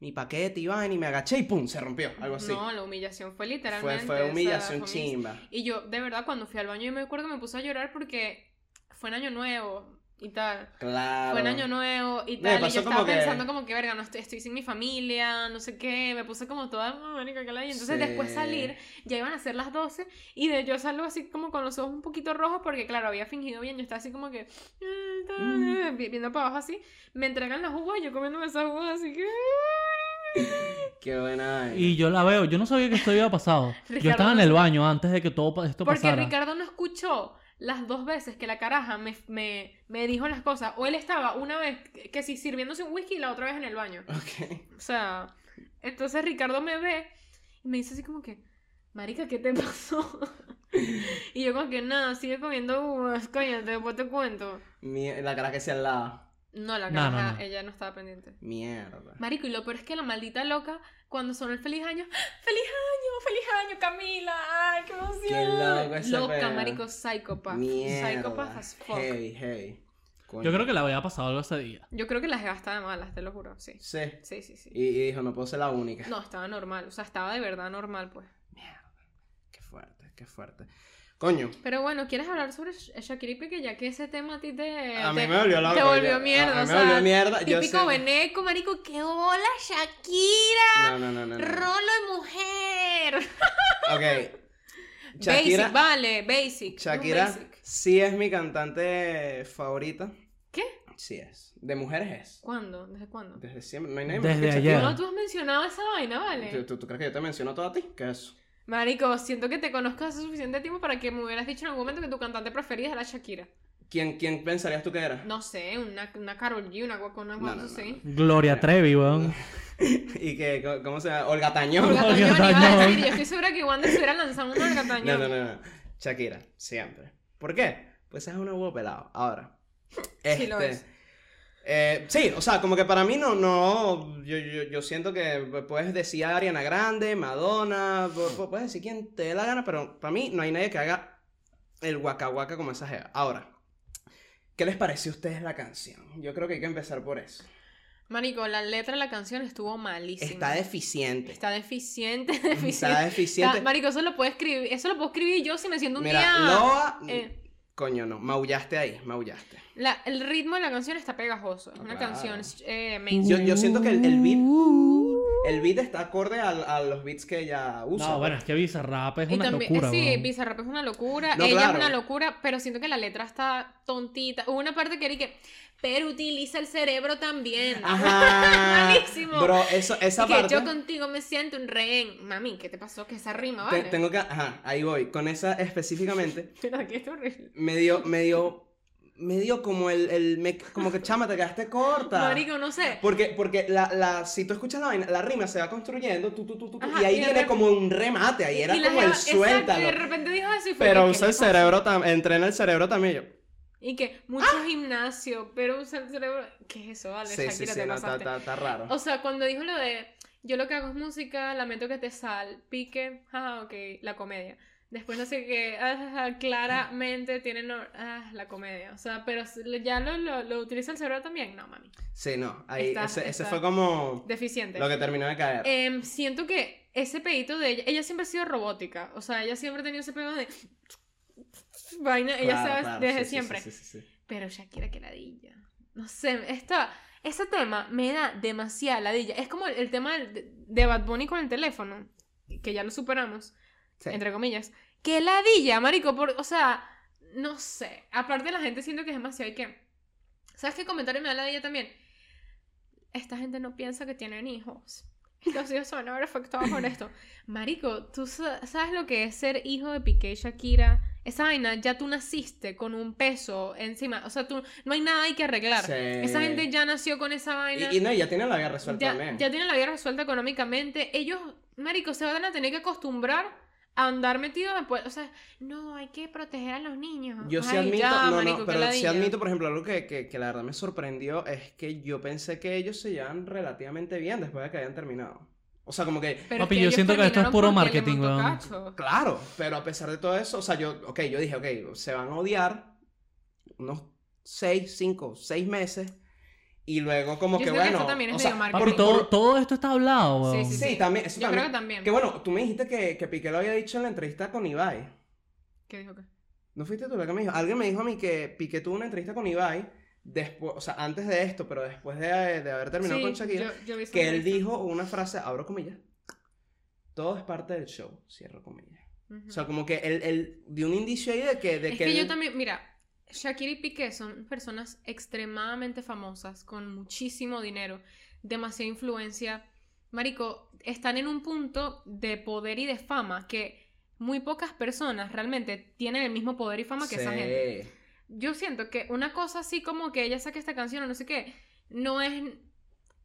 [SPEAKER 1] mi paquete Iván y me agaché y pum, se rompió, algo así.
[SPEAKER 2] No, la humillación fue
[SPEAKER 1] fue,
[SPEAKER 2] literalmente. o
[SPEAKER 1] fue
[SPEAKER 2] sea,
[SPEAKER 1] humillación
[SPEAKER 2] fue humill-
[SPEAKER 1] chimba.
[SPEAKER 2] Y yo, de verdad, cuando fui al baño, yo me acuerdo que me puse a llorar porque fue en Año Nuevo y tal.
[SPEAKER 1] Claro.
[SPEAKER 2] Fue en año nuevo y
[SPEAKER 1] No,
[SPEAKER 2] tal. y
[SPEAKER 1] pasó
[SPEAKER 2] yo estaba
[SPEAKER 1] como que-
[SPEAKER 2] pensando como que, verga, no estoy, estoy sin mi familia, no sé qué. Me puse como toda, "Ah, marica, que la... Y entonces
[SPEAKER 1] Sí.
[SPEAKER 2] después salir, ya iban a ser las 12 y de yo salgo así como con los ojos un poquito rojos porque, claro, había fingido bien. Yo estaba así como que... "Ah, ta-
[SPEAKER 1] Mm.
[SPEAKER 2] vi- Viendo para abajo así. Me entregan las uvas y yo comiéndome esas uvas así que...
[SPEAKER 1] Qué buena. vaina.
[SPEAKER 3] Y yo la veo, yo no sabía que esto había pasado. yo
[SPEAKER 2] Ricardo
[SPEAKER 3] estaba en
[SPEAKER 2] no
[SPEAKER 3] el
[SPEAKER 2] se-
[SPEAKER 3] baño antes de que todo pa- esto
[SPEAKER 2] Porque
[SPEAKER 3] pasara.
[SPEAKER 2] Ricardo no escuchó las dos veces que la caraja me, me, me dijo las cosas. O él estaba una vez que, que sí sirviéndose un whisky y la otra vez en el baño.
[SPEAKER 1] Ok.
[SPEAKER 2] O sea, entonces Ricardo me ve y me dice así como que, Marica, ¿qué te pasó? y yo como que, nada, sigue comiendo uvas, coño, después te cuento.
[SPEAKER 1] Mi- la cara que se al lado.
[SPEAKER 2] No, la
[SPEAKER 3] No,
[SPEAKER 2] caraja,
[SPEAKER 3] no, no.
[SPEAKER 2] ella no estaba pendiente.
[SPEAKER 1] Mierda.
[SPEAKER 2] Marico, y lo peor es que la maldita loca, cuando sonó el feliz año, ¡Ah! ¡Feliz año! ¡Feliz año, Camila! ¡Ay, qué emoción!
[SPEAKER 1] Qué loco ese
[SPEAKER 2] loca,
[SPEAKER 1] pedo.
[SPEAKER 2] marico, psicópata.
[SPEAKER 1] Mierda.
[SPEAKER 2] Psicópata as fuck.
[SPEAKER 1] Heavy, heavy. Coño.
[SPEAKER 3] Yo creo que la había pasado algo ese día.
[SPEAKER 2] Yo creo que las gastaba de malas, te lo juro, sí.
[SPEAKER 1] Sí.
[SPEAKER 2] Sí, sí, sí.
[SPEAKER 1] Y, y dijo, no puedo ser la única.
[SPEAKER 2] No, estaba normal, o sea, estaba de verdad normal, pues.
[SPEAKER 1] Mierda. Qué fuerte, qué fuerte. Coño.
[SPEAKER 2] Pero bueno, ¿quieres hablar sobre Sh- Shakira y Piqué? Ya que ese tema a ti te...
[SPEAKER 1] A
[SPEAKER 2] te-
[SPEAKER 1] mí me volvió la
[SPEAKER 2] te
[SPEAKER 1] olla.
[SPEAKER 2] volvió mierda,
[SPEAKER 1] A mí me
[SPEAKER 2] o sea,
[SPEAKER 1] volvió mierda. Yo
[SPEAKER 2] Típico
[SPEAKER 1] sé-
[SPEAKER 2] veneco, marico, ¡qué hola Shakira!
[SPEAKER 1] No, no, no, no. no.
[SPEAKER 2] Rolo de mujer.
[SPEAKER 1] Ok.
[SPEAKER 2] Basic,
[SPEAKER 1] Shakira,
[SPEAKER 2] vale, basic. no
[SPEAKER 1] Shakira
[SPEAKER 2] basic.
[SPEAKER 1] sí es mi cantante favorita.
[SPEAKER 2] ¿Qué?
[SPEAKER 1] Sí es. De mujeres
[SPEAKER 2] ¿Cuándo? ¿Desde cuándo?
[SPEAKER 1] es. Desde siempre. No hay nadie
[SPEAKER 3] Desde
[SPEAKER 1] más que
[SPEAKER 3] ayer.
[SPEAKER 1] Shakira.
[SPEAKER 2] No, tú has mencionado esa vaina,
[SPEAKER 1] ¿Tú,
[SPEAKER 2] ¿vale?
[SPEAKER 1] tú, tú crees que yo te menciono todo a ti? ¿Qué es eso?
[SPEAKER 2] Marico, siento que te conozco hace suficiente tiempo para que me hubieras dicho en algún momento que tu cantante preferida era Shakira.
[SPEAKER 1] ¿Quién, quién pensarías tú que era?
[SPEAKER 2] No sé, una, una Carol G, una guaco, una
[SPEAKER 1] No,
[SPEAKER 2] guaco,
[SPEAKER 1] no, no,
[SPEAKER 2] sí.
[SPEAKER 3] Gloria Trevi, weón.
[SPEAKER 1] ¿Y que, co- ¿Cómo se llama? Olga Tañón.
[SPEAKER 2] Olga
[SPEAKER 3] Olga
[SPEAKER 2] Tañón, iba a
[SPEAKER 3] Tañón.
[SPEAKER 2] decir, yo estoy segura que Wanda se hubiera lanzado una Olga
[SPEAKER 1] No,
[SPEAKER 2] Tañón.
[SPEAKER 1] no, no, no. Shakira, siempre. ¿Por qué? Pues es un huevo pelado. Ahora. Este,
[SPEAKER 2] lo es.
[SPEAKER 1] eh, sí, o sea, como que para mí no, no, yo, yo, yo siento que puedes decir a Ariana Grande, Madonna, pu- pu- puedes decir quien te dé la gana, pero para mí no hay nadie que haga el guaca guaca como esa jeva. Ahora, ¿qué les pareció a ustedes la canción? Yo creo que hay que empezar por eso.
[SPEAKER 2] Marico, la letra de la canción estuvo malísima.
[SPEAKER 1] Está deficiente.
[SPEAKER 2] Está deficiente,
[SPEAKER 1] Está
[SPEAKER 2] deficiente.
[SPEAKER 1] deficiente.
[SPEAKER 2] Está- Marico, eso lo puedo escribir, eso lo puedo escribir yo si me siento un
[SPEAKER 1] Mira,
[SPEAKER 2] día...
[SPEAKER 1] Loa,
[SPEAKER 2] eh.
[SPEAKER 1] coño, no, maullaste ahí, maullaste.
[SPEAKER 2] La- el ritmo de la canción está pegajoso. Es
[SPEAKER 1] Ah,
[SPEAKER 2] una
[SPEAKER 1] claro.
[SPEAKER 2] canción eh,
[SPEAKER 1] Yo,
[SPEAKER 2] mainstream. Uh.
[SPEAKER 1] yo siento que el, el beat El beat está acorde al- a, los beats que ella usa. pues.
[SPEAKER 3] No, bueno, es que Bizarrap es
[SPEAKER 2] Y
[SPEAKER 3] una
[SPEAKER 2] también,
[SPEAKER 3] locura,
[SPEAKER 2] sí,
[SPEAKER 3] weón.
[SPEAKER 2] Bizarrap es una locura,
[SPEAKER 1] No,
[SPEAKER 2] ella
[SPEAKER 1] claro.
[SPEAKER 2] es una locura, pero siento que la letra está tontita. Hubo una parte que era y que, pero utiliza el cerebro también.
[SPEAKER 1] Ajá.
[SPEAKER 2] Malísimo.
[SPEAKER 1] Bro, eso, esa
[SPEAKER 2] Y que
[SPEAKER 1] parte.
[SPEAKER 2] yo contigo me siento un rehén. Mami, ¿qué te pasó? Que esa rima,
[SPEAKER 1] te-
[SPEAKER 2] ¿vale?
[SPEAKER 1] tengo que. Ajá, ahí voy. Con esa específicamente.
[SPEAKER 2] Pero aquí está horrible.
[SPEAKER 1] Me dio. Me dio, me dio como el. el me- como que chama, te quedaste corta.
[SPEAKER 2] Marico, no sé.
[SPEAKER 1] Porque, porque la, la, si tú escuchas la vaina, la rima se va construyendo, tú, tú, tú, tú, tú,
[SPEAKER 2] Ajá,
[SPEAKER 1] y ahí
[SPEAKER 2] y de
[SPEAKER 1] viene
[SPEAKER 2] rep-
[SPEAKER 1] como un remate, ahí era
[SPEAKER 2] Y la
[SPEAKER 1] como el
[SPEAKER 2] jeva- exacto,
[SPEAKER 1] suéltalo.
[SPEAKER 2] y de repente dijo eso y fue que,
[SPEAKER 1] Pero
[SPEAKER 2] ¿qué
[SPEAKER 1] usa
[SPEAKER 2] le
[SPEAKER 1] el
[SPEAKER 2] pasa?
[SPEAKER 1] cerebro también, entrena el cerebro también. Yo,
[SPEAKER 2] Y que mucho gimnasio, pero usa el cerebro. ¿Qué es eso, vale?
[SPEAKER 1] sí, sí,
[SPEAKER 2] Shakira,
[SPEAKER 1] sí,
[SPEAKER 2] te
[SPEAKER 1] no, está,
[SPEAKER 2] pasaste. Oh,
[SPEAKER 1] está, está raro.
[SPEAKER 2] O sea, cuando dijo lo de yo lo que hago es música, lamento que te sal, pique, ah, ok, la comedia. Después no sé qué, ah, ah, ah, claramente tienen or- ah, la comedia. O sea, pero s- lo- ya lo, lo, lo utiliza el cerebro también. No, mami.
[SPEAKER 1] sí, no, ahí,
[SPEAKER 2] está-
[SPEAKER 1] ese, ese
[SPEAKER 2] está-
[SPEAKER 1] fue como
[SPEAKER 2] Deficiente.
[SPEAKER 1] lo que terminó de caer.
[SPEAKER 2] Em, siento que ese pedito de ella, ella siempre ha sido robótica. O sea, ella siempre ha tenido ese pedo de. Vaina, ella
[SPEAKER 1] Claro,
[SPEAKER 2] sabe
[SPEAKER 1] claro,
[SPEAKER 2] desde
[SPEAKER 1] sí, sí,
[SPEAKER 2] siempre.
[SPEAKER 1] sí, sí, sí, sí.
[SPEAKER 2] Pero Shakira que ladilla. No sé, esta, este tema me da demasiada ladilla. Es como el, el tema de, de Bad Bunny con el teléfono, que ya lo superamos,
[SPEAKER 1] Sí.
[SPEAKER 2] entre comillas. Que ladilla, marico, por, o sea, no sé. Aparte la gente siento que es demasiado y que... ¿Sabes qué comentario me da ladilla también? Esta gente no piensa que tienen hijos. Los hijos se van a ver afectados por esto. Marico, tú sa- sabes lo que es ser hijo de Piqué y Shakira. Esa vaina, ya tú naciste con un peso encima. O sea, tú no hay nada hay que arreglar.
[SPEAKER 1] Sí.
[SPEAKER 2] Esa gente ya nació con esa vaina.
[SPEAKER 1] Y, y no, y ya tienen la guerra resuelta
[SPEAKER 2] ya,
[SPEAKER 1] también.
[SPEAKER 2] ya tienen la vida resuelta económicamente. Ellos, Marico, se van a tener que acostumbrar a andar metidos después. O sea, no, hay que proteger a los niños.
[SPEAKER 1] Yo sí
[SPEAKER 2] Ay,
[SPEAKER 1] admito,
[SPEAKER 2] ya,
[SPEAKER 1] no,
[SPEAKER 2] marico, qué
[SPEAKER 1] no, pero sí
[SPEAKER 2] ladilla.
[SPEAKER 1] admito, por ejemplo, algo que, que, que la verdad me sorprendió es que yo pensé que ellos se llevan relativamente bien después de que habían terminado. O sea, como que,
[SPEAKER 2] Pero es
[SPEAKER 3] Papi, yo
[SPEAKER 2] ellos
[SPEAKER 3] siento que esto es
[SPEAKER 2] terminaron
[SPEAKER 3] puro
[SPEAKER 2] porque le
[SPEAKER 3] marketing,
[SPEAKER 2] montó
[SPEAKER 3] weón.
[SPEAKER 2] cacho.
[SPEAKER 1] claro, pero a pesar de todo eso, o sea, yo, ok, yo dije, ok, se van a odiar unos 6, 5, 6 meses y luego como
[SPEAKER 2] Yo
[SPEAKER 1] que
[SPEAKER 2] siento que
[SPEAKER 1] bueno,
[SPEAKER 2] eso también es
[SPEAKER 1] o
[SPEAKER 2] medio
[SPEAKER 1] sea,
[SPEAKER 2] marketing.
[SPEAKER 3] Papi,
[SPEAKER 1] por-
[SPEAKER 3] todo,
[SPEAKER 1] por-
[SPEAKER 3] todo esto está hablado, weón.
[SPEAKER 2] Sí,
[SPEAKER 1] sí,
[SPEAKER 2] sí.
[SPEAKER 1] también, eso
[SPEAKER 2] Yo creo que
[SPEAKER 1] también.
[SPEAKER 2] también.
[SPEAKER 1] Que bueno, tú me dijiste que, que Piqué lo había dicho en la entrevista con Ibai.
[SPEAKER 2] ¿Qué dijo que?
[SPEAKER 1] ¿No fuiste tú la que me dijo? Alguien me dijo a mí que Piqué tuvo una entrevista con Ibai, después, o sea, antes de esto, pero después de, de haber terminado
[SPEAKER 2] Sí,
[SPEAKER 1] con Shakira,
[SPEAKER 2] yo- yo vi esa
[SPEAKER 1] que él
[SPEAKER 2] entrevista.
[SPEAKER 1] dijo una frase, abro comillas, todo es parte del show, cierro comillas.
[SPEAKER 2] Ujú.
[SPEAKER 1] O sea, como que él, él dio un indicio ahí de que... De
[SPEAKER 2] es que yo
[SPEAKER 1] él-
[SPEAKER 2] también, mira, Shakira y Piqué son personas extremadamente famosas, con muchísimo dinero, demasiada influencia. Marico, están en un punto de poder y de fama que muy pocas personas realmente tienen el mismo poder y fama que esa
[SPEAKER 1] Sí.
[SPEAKER 2] gente. yo siento que una cosa así como que ella saque esta canción o no sé qué, no es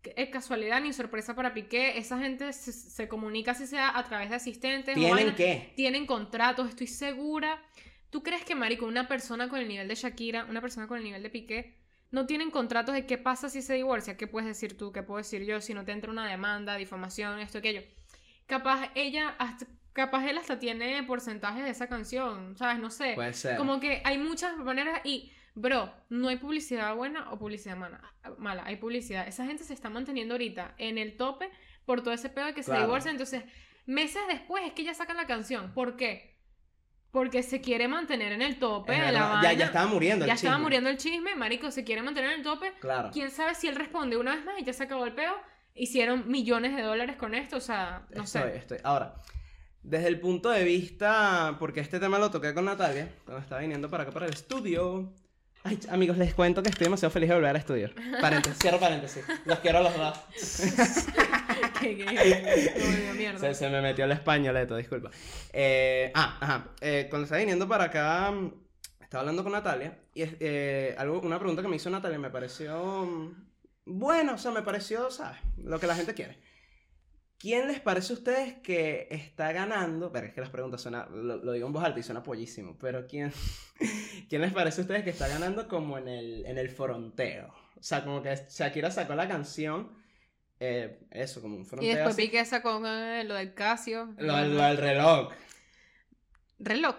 [SPEAKER 2] eh, casualidad ni sorpresa para Piqué. Esa gente se, se comunica, así sea a través de asistentes. o
[SPEAKER 1] ¿Tienen
[SPEAKER 2] vainas.
[SPEAKER 1] qué?
[SPEAKER 2] Tienen contratos, estoy segura. ¿Tú crees que, Marico, una persona con el nivel de Shakira, una persona con el nivel de Piqué, no tienen contratos de qué pasa si se divorcia? ¿Qué puedes decir tú? ¿Qué puedo decir yo? Si no te entra una demanda, difamación, esto, aquello. Capaz ella, hasta- capaz él hasta tiene porcentajes de esa canción, ¿sabes? No sé.
[SPEAKER 1] Puede ser.
[SPEAKER 2] Como que hay muchas maneras y, bro, no hay publicidad buena o publicidad mala. mala. Hay publicidad. Esa gente se está manteniendo ahorita en el tope por todo ese pedo de que se
[SPEAKER 1] Claro.
[SPEAKER 2] divorcian. Entonces, meses después es que ya sacan la canción. ¿Por qué? Porque se quiere mantener en el tope
[SPEAKER 1] Es
[SPEAKER 2] de la
[SPEAKER 1] verdad,
[SPEAKER 2] vaina.
[SPEAKER 1] ya, ya estaba muriendo
[SPEAKER 2] Ya
[SPEAKER 1] el
[SPEAKER 2] estaba
[SPEAKER 1] chisme.
[SPEAKER 2] muriendo el chisme, marico. Se quiere mantener en el tope.
[SPEAKER 1] Claro.
[SPEAKER 2] ¿Quién sabe si él responde una vez más y ya se acabó el pedo? Hicieron millones de dólares con esto, o sea, no
[SPEAKER 1] estoy,
[SPEAKER 2] sé.
[SPEAKER 1] estoy. Ahora, desde el punto de vista, porque este tema lo toqué con Natalia, cuando estaba viniendo para acá para el estudio. Ay, ch- amigos, les cuento que estoy demasiado feliz de volver a estudiar. Paréntesis, cierro paréntesis. Los quiero a los dos.
[SPEAKER 2] Que- que- que- me dio mierda.
[SPEAKER 1] Se, se me metió el españoleto, disculpa. Eh, ah, ajá. Eh, cuando estaba viniendo para acá, mm, estaba hablando con Natalia y es- eh, algo, una pregunta que me hizo Natalia me pareció. mm, Bueno, o sea, me pareció, ¿sabes? Lo que la gente quiere. ¿Quién les parece a ustedes que está ganando? Pero es que las preguntas suena, lo, lo digo en voz alta y suena pollísimo, pero ¿quién, ¿quién les parece a ustedes que está ganando como en el, en el fronteo? O sea, como que Shakira sacó la canción, eh, eso, como un
[SPEAKER 2] Y
[SPEAKER 1] fronteo.
[SPEAKER 2] después
[SPEAKER 1] así.
[SPEAKER 2] Piqué sacó eh, lo del Casio.
[SPEAKER 1] Lo, lo del reloj.
[SPEAKER 2] Reloj.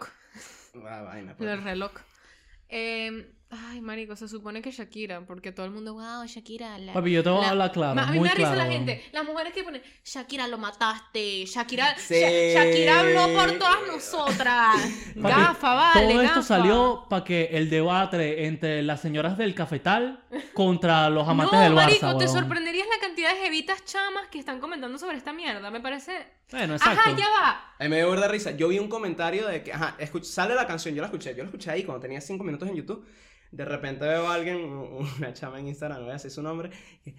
[SPEAKER 1] Ah, vaina, pues.
[SPEAKER 2] Lo del reloj. Eh, Ay, marico, se supone que Shakira, porque todo el mundo, wow, Shakira. La,
[SPEAKER 3] Papi, yo te voy a
[SPEAKER 2] la-
[SPEAKER 3] hablar claro.
[SPEAKER 2] Ma- a mí
[SPEAKER 3] muy
[SPEAKER 2] me da risa
[SPEAKER 3] claro.
[SPEAKER 2] la gente, las mujeres que ponen, Shakira lo mataste, Shakira,
[SPEAKER 1] Sí.
[SPEAKER 2] Sha- Shakira habló por todas nosotras.
[SPEAKER 3] Papi,
[SPEAKER 2] gafa, vale.
[SPEAKER 3] Todo
[SPEAKER 2] gafa.
[SPEAKER 3] esto salió para que el debate entre las señoras del cafetal contra los amantes
[SPEAKER 2] no,
[SPEAKER 3] del Barça.
[SPEAKER 2] marico, te
[SPEAKER 3] weón.
[SPEAKER 2] sorprenderías la cantidad de jevitas chamas que están comentando sobre esta mierda. Me parece.
[SPEAKER 3] Bueno, exacto.
[SPEAKER 2] Ajá, ya va.
[SPEAKER 1] A mí me dio burda risa. Yo vi un comentario de que, ajá, escuch- sale la canción, yo la escuché, yo la escuché ahí cuando tenía 5 minutos en YouTube. De repente veo a alguien, u- una chama en Instagram, no voy a decir su nombre. que,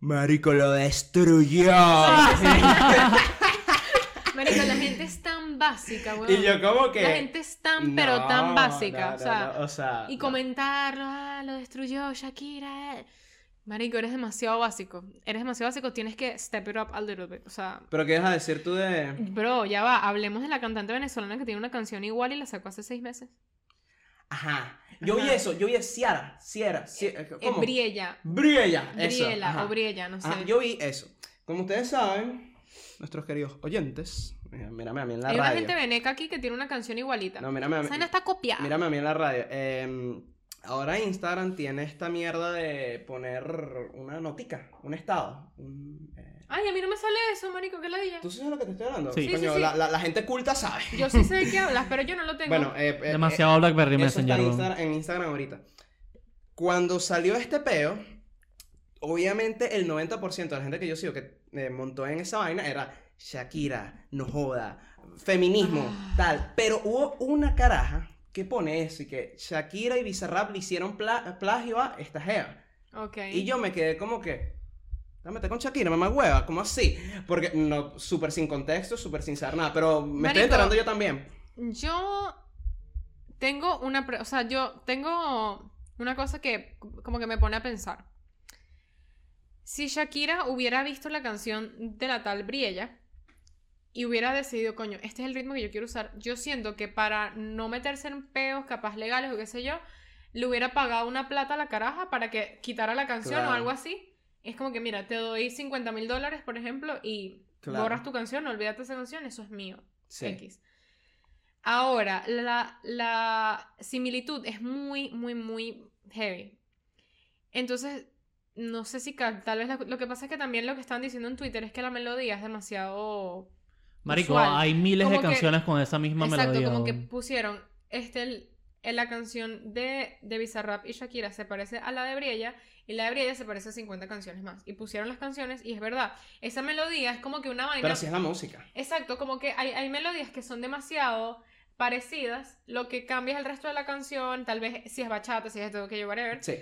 [SPEAKER 1] Marico lo destruyó.
[SPEAKER 2] Ah, Marico, la gente es tan básica, weón.
[SPEAKER 1] y yo como que...
[SPEAKER 2] La gente es tan, pero tan
[SPEAKER 1] no,
[SPEAKER 2] básica.
[SPEAKER 1] no,
[SPEAKER 2] o sea,
[SPEAKER 1] no, no, o sea,
[SPEAKER 2] y
[SPEAKER 1] no.
[SPEAKER 2] comentarlo, ah, lo destruyó Shakira. eh". Marico, eres demasiado básico. Eres demasiado básico, tienes que step it up a little bit. O sea,
[SPEAKER 1] Pero qué vas a decir tú de...
[SPEAKER 2] bro, ya va. Hablemos de la cantante venezolana que tiene una canción igual y la sacó hace seis meses.
[SPEAKER 1] Ajá. Yo vi eso, yo vi a Ciara, Ciara, Ciara
[SPEAKER 2] Eh,
[SPEAKER 1] ¿cómo?
[SPEAKER 2] Briella.
[SPEAKER 1] Briella, eso.
[SPEAKER 2] Briella
[SPEAKER 1] ajá.
[SPEAKER 2] o Briella, no sé.
[SPEAKER 1] Ajá, Ah, yo vi eso. Como ustedes saben, nuestros queridos oyentes, mira- mírame a mí en la
[SPEAKER 2] Hay una
[SPEAKER 1] radio.
[SPEAKER 2] gente veneca aquí que tiene una canción igualita.
[SPEAKER 1] No, mírame a mí.
[SPEAKER 2] Esa vaina está copiada.
[SPEAKER 1] Mírame a mí en la radio. Eh, ahora Instagram tiene esta mierda de poner una notica, un estado. un, eh,
[SPEAKER 2] Ay, a mí no me sale eso, marico, que la diga.
[SPEAKER 1] ¿Tú sabes de lo que te estoy hablando?
[SPEAKER 3] Sí.
[SPEAKER 2] Sí, sí,
[SPEAKER 1] Coño,
[SPEAKER 2] sí.
[SPEAKER 1] La, la- la gente culta sabe.
[SPEAKER 2] Yo sí sé de qué hablas, pero yo no lo tengo.
[SPEAKER 1] Bueno, eh, eh,
[SPEAKER 3] Demasiado Blackberry
[SPEAKER 1] eh,
[SPEAKER 3] me
[SPEAKER 1] eso está en
[SPEAKER 3] enseñaron.
[SPEAKER 1] Instagram, en Instagram ahorita. Cuando salió este peo, obviamente el 90% de la gente que yo sigo que eh, montó en esa vaina era Shakira, no joda, feminismo,
[SPEAKER 2] Ah.
[SPEAKER 1] tal. Pero hubo una caraja que pone eso y que Shakira y Bizarrap le hicieron pla- plagio a esta jeva.
[SPEAKER 2] ok.
[SPEAKER 1] Y yo me quedé como que, dámete con Shakira, mamá hueva, ¿cómo así? Porque, no, súper sin contexto, súper sin saber nada, pero me
[SPEAKER 2] Marico.
[SPEAKER 1] estoy enterando yo también.
[SPEAKER 2] Yo tengo una, pre- o sea, yo tengo una cosa que como que me pone a pensar. Si Shakira hubiera visto la canción de la tal Briella y hubiera decidido, coño, este es el ritmo que yo quiero usar, yo siento que para no meterse en peos capaz legales o qué sé yo, le hubiera pagado una plata a la caraja para que quitara la canción o
[SPEAKER 1] Claro.
[SPEAKER 2] algo así. Es como que, mira, te doy 50 mil dólares, por ejemplo, y
[SPEAKER 1] Claro.
[SPEAKER 2] borras tu canción, olvídate de esa canción, eso es mío.
[SPEAKER 1] Sí.
[SPEAKER 2] X. Ahora, la, la similitud es muy, muy, muy heavy. Entonces, no sé si ca- tal vez la- lo que pasa es que también lo que están diciendo en Twitter es que la melodía es demasiado...
[SPEAKER 3] Marico,
[SPEAKER 2] usual.
[SPEAKER 3] hay miles de
[SPEAKER 2] Como que-
[SPEAKER 3] canciones con esa misma
[SPEAKER 2] Exacto,
[SPEAKER 3] melodía.
[SPEAKER 2] como que
[SPEAKER 3] weón.
[SPEAKER 2] pusieron este, el- en la canción de, de Bizarrap y Shakira se parece a la de Briella y la de Briella se parece a 50 canciones más. Y pusieron las canciones y es verdad, esa melodía es como que una vaina...
[SPEAKER 1] Pero si es la música.
[SPEAKER 2] Exacto, como que hay, hay melodías que son demasiado parecidas, lo que cambia es el resto de la canción, tal vez si es bachata, si es esto, que yo, whatever.
[SPEAKER 1] Sí.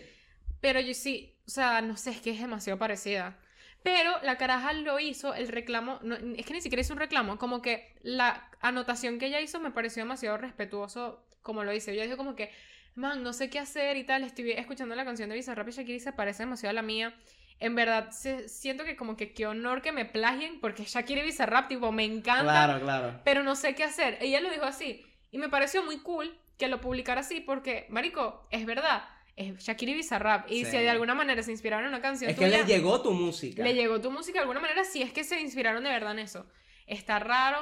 [SPEAKER 2] Pero yo sí, o sea, no sé, es que es demasiado parecida. Pero la caraja lo hizo, el reclamo, no, es que ni siquiera hizo un reclamo, como que la anotación que ella hizo me pareció demasiado respetuoso como lo hice. Ella dijo como que, man, no sé qué hacer y tal, estoy escuchando la canción de Bizarrap y Shakira y se parece demasiado a la mía. En verdad, se- siento que como que qué honor que me plagien, porque Shakira y Bizarrap, tipo, me encanta
[SPEAKER 1] Claro, claro.
[SPEAKER 2] pero no sé qué hacer. Ella lo dijo así. Y me pareció muy cool que lo publicara así porque, marico, es verdad. Es Shakira y Bizarrap. Y
[SPEAKER 1] Sí.
[SPEAKER 2] si de alguna manera se inspiraron en una canción
[SPEAKER 1] Es que
[SPEAKER 2] tuya,
[SPEAKER 1] le llegó tu música.
[SPEAKER 2] le llegó tu música de alguna manera, si es que se inspiraron de verdad en eso. Está raro.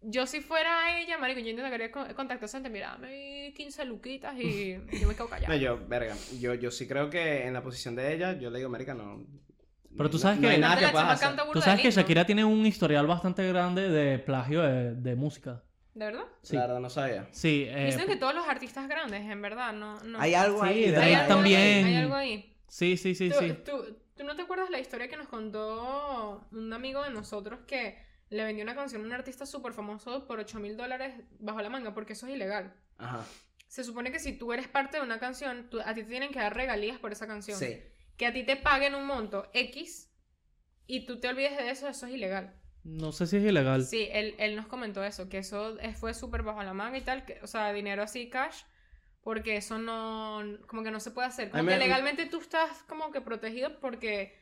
[SPEAKER 2] Yo si fuera ella, marico, yo intentaría co- contactarse antes, mira, dame 15 luquitas y yo me quedo
[SPEAKER 1] No,
[SPEAKER 2] callada.
[SPEAKER 1] yo, verga. Yo, yo sí creo que en la posición de ella, yo le digo, América, no.
[SPEAKER 3] Pero tú
[SPEAKER 1] no-
[SPEAKER 3] sabes
[SPEAKER 1] no
[SPEAKER 3] que-
[SPEAKER 1] hay nada
[SPEAKER 2] Aparte,
[SPEAKER 1] que
[SPEAKER 2] la
[SPEAKER 1] puedas
[SPEAKER 2] chama
[SPEAKER 1] hacer.
[SPEAKER 2] canta burda
[SPEAKER 3] Tú
[SPEAKER 2] de
[SPEAKER 3] sabes que
[SPEAKER 2] lindo.
[SPEAKER 3] Shakira tiene un historial bastante grande de plagio de, de música.
[SPEAKER 2] ¿De verdad?
[SPEAKER 3] Sí.
[SPEAKER 1] La verdad, no sabía.
[SPEAKER 3] Sí, eh,
[SPEAKER 2] Dicen que todos los artistas grandes, en verdad, no... no.
[SPEAKER 1] Hay algo
[SPEAKER 3] Sí,
[SPEAKER 1] ahí.
[SPEAKER 3] de
[SPEAKER 1] ¿verdad?
[SPEAKER 2] Hay
[SPEAKER 3] Drake
[SPEAKER 2] algo ahí,
[SPEAKER 3] también.
[SPEAKER 2] Hay algo ahí.
[SPEAKER 3] sí, sí, sí,
[SPEAKER 2] ¿Tú,
[SPEAKER 3] sí.
[SPEAKER 2] tú- tú no te acuerdas la historia que nos contó un amigo de nosotros que le vendió una canción a un artista súper famoso por 8 mil dólares bajo la manga? Porque eso es ilegal.
[SPEAKER 1] Ajá.
[SPEAKER 2] Se supone que si tú eres parte de una canción, tú- a ti te tienen que dar regalías por esa canción.
[SPEAKER 1] Sí.
[SPEAKER 2] Que a ti te paguen un monto X y tú te olvides de eso, eso es ilegal.
[SPEAKER 3] No sé si es ilegal.
[SPEAKER 2] Sí, él, él nos comentó eso, que eso eh, fue súper bajo la manga y tal, que- o sea, dinero así, cash. Porque eso no, como que no se puede hacer. Como
[SPEAKER 1] A mí
[SPEAKER 2] que
[SPEAKER 1] me-
[SPEAKER 2] legalmente tú estás como que protegido porque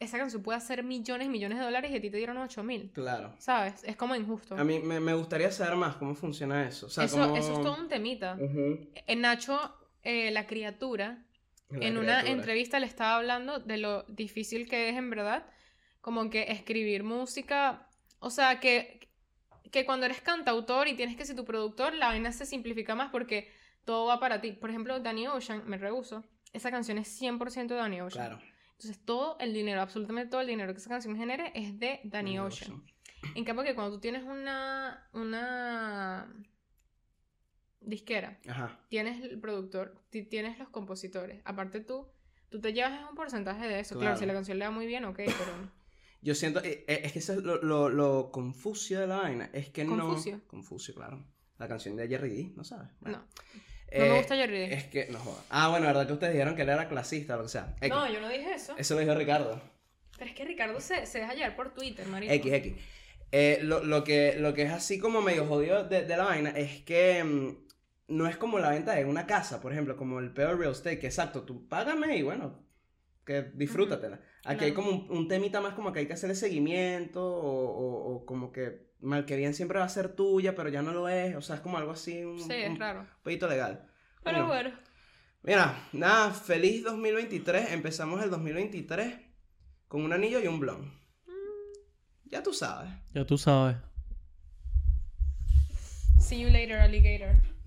[SPEAKER 2] esa canción puede hacer millones y millones de dólares y a ti te dieron 8 mil.
[SPEAKER 1] Claro.
[SPEAKER 2] ¿Sabes? Es como injusto.
[SPEAKER 1] A mí me, me gustaría saber más cómo funciona eso. O sea,
[SPEAKER 2] eso,
[SPEAKER 1] cómo-
[SPEAKER 2] eso es todo un temita.
[SPEAKER 1] Ujú.
[SPEAKER 2] En Nacho, eh, la criatura,
[SPEAKER 1] La
[SPEAKER 2] en una
[SPEAKER 1] criatura.
[SPEAKER 2] entrevista le estaba hablando de lo difícil que es en verdad como que escribir música, o sea, que, que cuando eres cantautor y tienes que ser tu productor, la vaina se simplifica más porque todo va para ti. Por ejemplo, Danny Ocean, me rehuso, esa canción es 100% de Danny Ocean.
[SPEAKER 1] Claro.
[SPEAKER 2] Entonces todo el dinero, absolutamente todo el dinero que esa canción genere es de Danny, Ocean. En cambio que cuando tú tienes una, una disquera,
[SPEAKER 1] Ajá.
[SPEAKER 2] tienes el productor, ti- tienes los compositores, aparte tú, tú te llevas es un porcentaje de eso. Claro,
[SPEAKER 1] Claro.
[SPEAKER 2] si la canción le va muy bien, ok, pero...
[SPEAKER 1] Yo siento, eh, eh, es que eso es lo, lo, lo confucio de la vaina. Es que
[SPEAKER 2] Confucio.
[SPEAKER 1] no. Confucio, claro. La canción de Jerry D, no sabes. Bueno. eh,
[SPEAKER 2] No. No me gusta Jerry D.
[SPEAKER 1] Es que, no joda. Ah, bueno, verdad que ustedes dijeron que él era clasista, lo que sea. X.
[SPEAKER 2] No, yo no dije eso.
[SPEAKER 1] Eso lo dijo Ricardo.
[SPEAKER 2] Pero es que Ricardo se, se deja llevar por Twitter, marico.
[SPEAKER 1] X, X. Eh, lo, lo que, lo que es así como medio jodido de, de la vaina es que mm, no es como la venta de una casa, por ejemplo, como el peor real estate, que exacto, tú págame y bueno, que disfrútatela. Aquí hay
[SPEAKER 2] claro.
[SPEAKER 1] como un, un temita más como que hay que hacerle seguimiento o, o- o como que mal que bien siempre va a ser tuya, pero ya no lo es, o sea, es como algo así, un,
[SPEAKER 2] Sí, es
[SPEAKER 1] un
[SPEAKER 2] raro.
[SPEAKER 1] pedito legal.
[SPEAKER 2] Pero
[SPEAKER 1] Coño.
[SPEAKER 2] bueno,
[SPEAKER 1] Mira, nada, feliz 2023. Empezamos el 2023 con un anillo y un blon. Ya tú sabes.
[SPEAKER 3] Ya tú sabes.
[SPEAKER 2] see you later, alligator.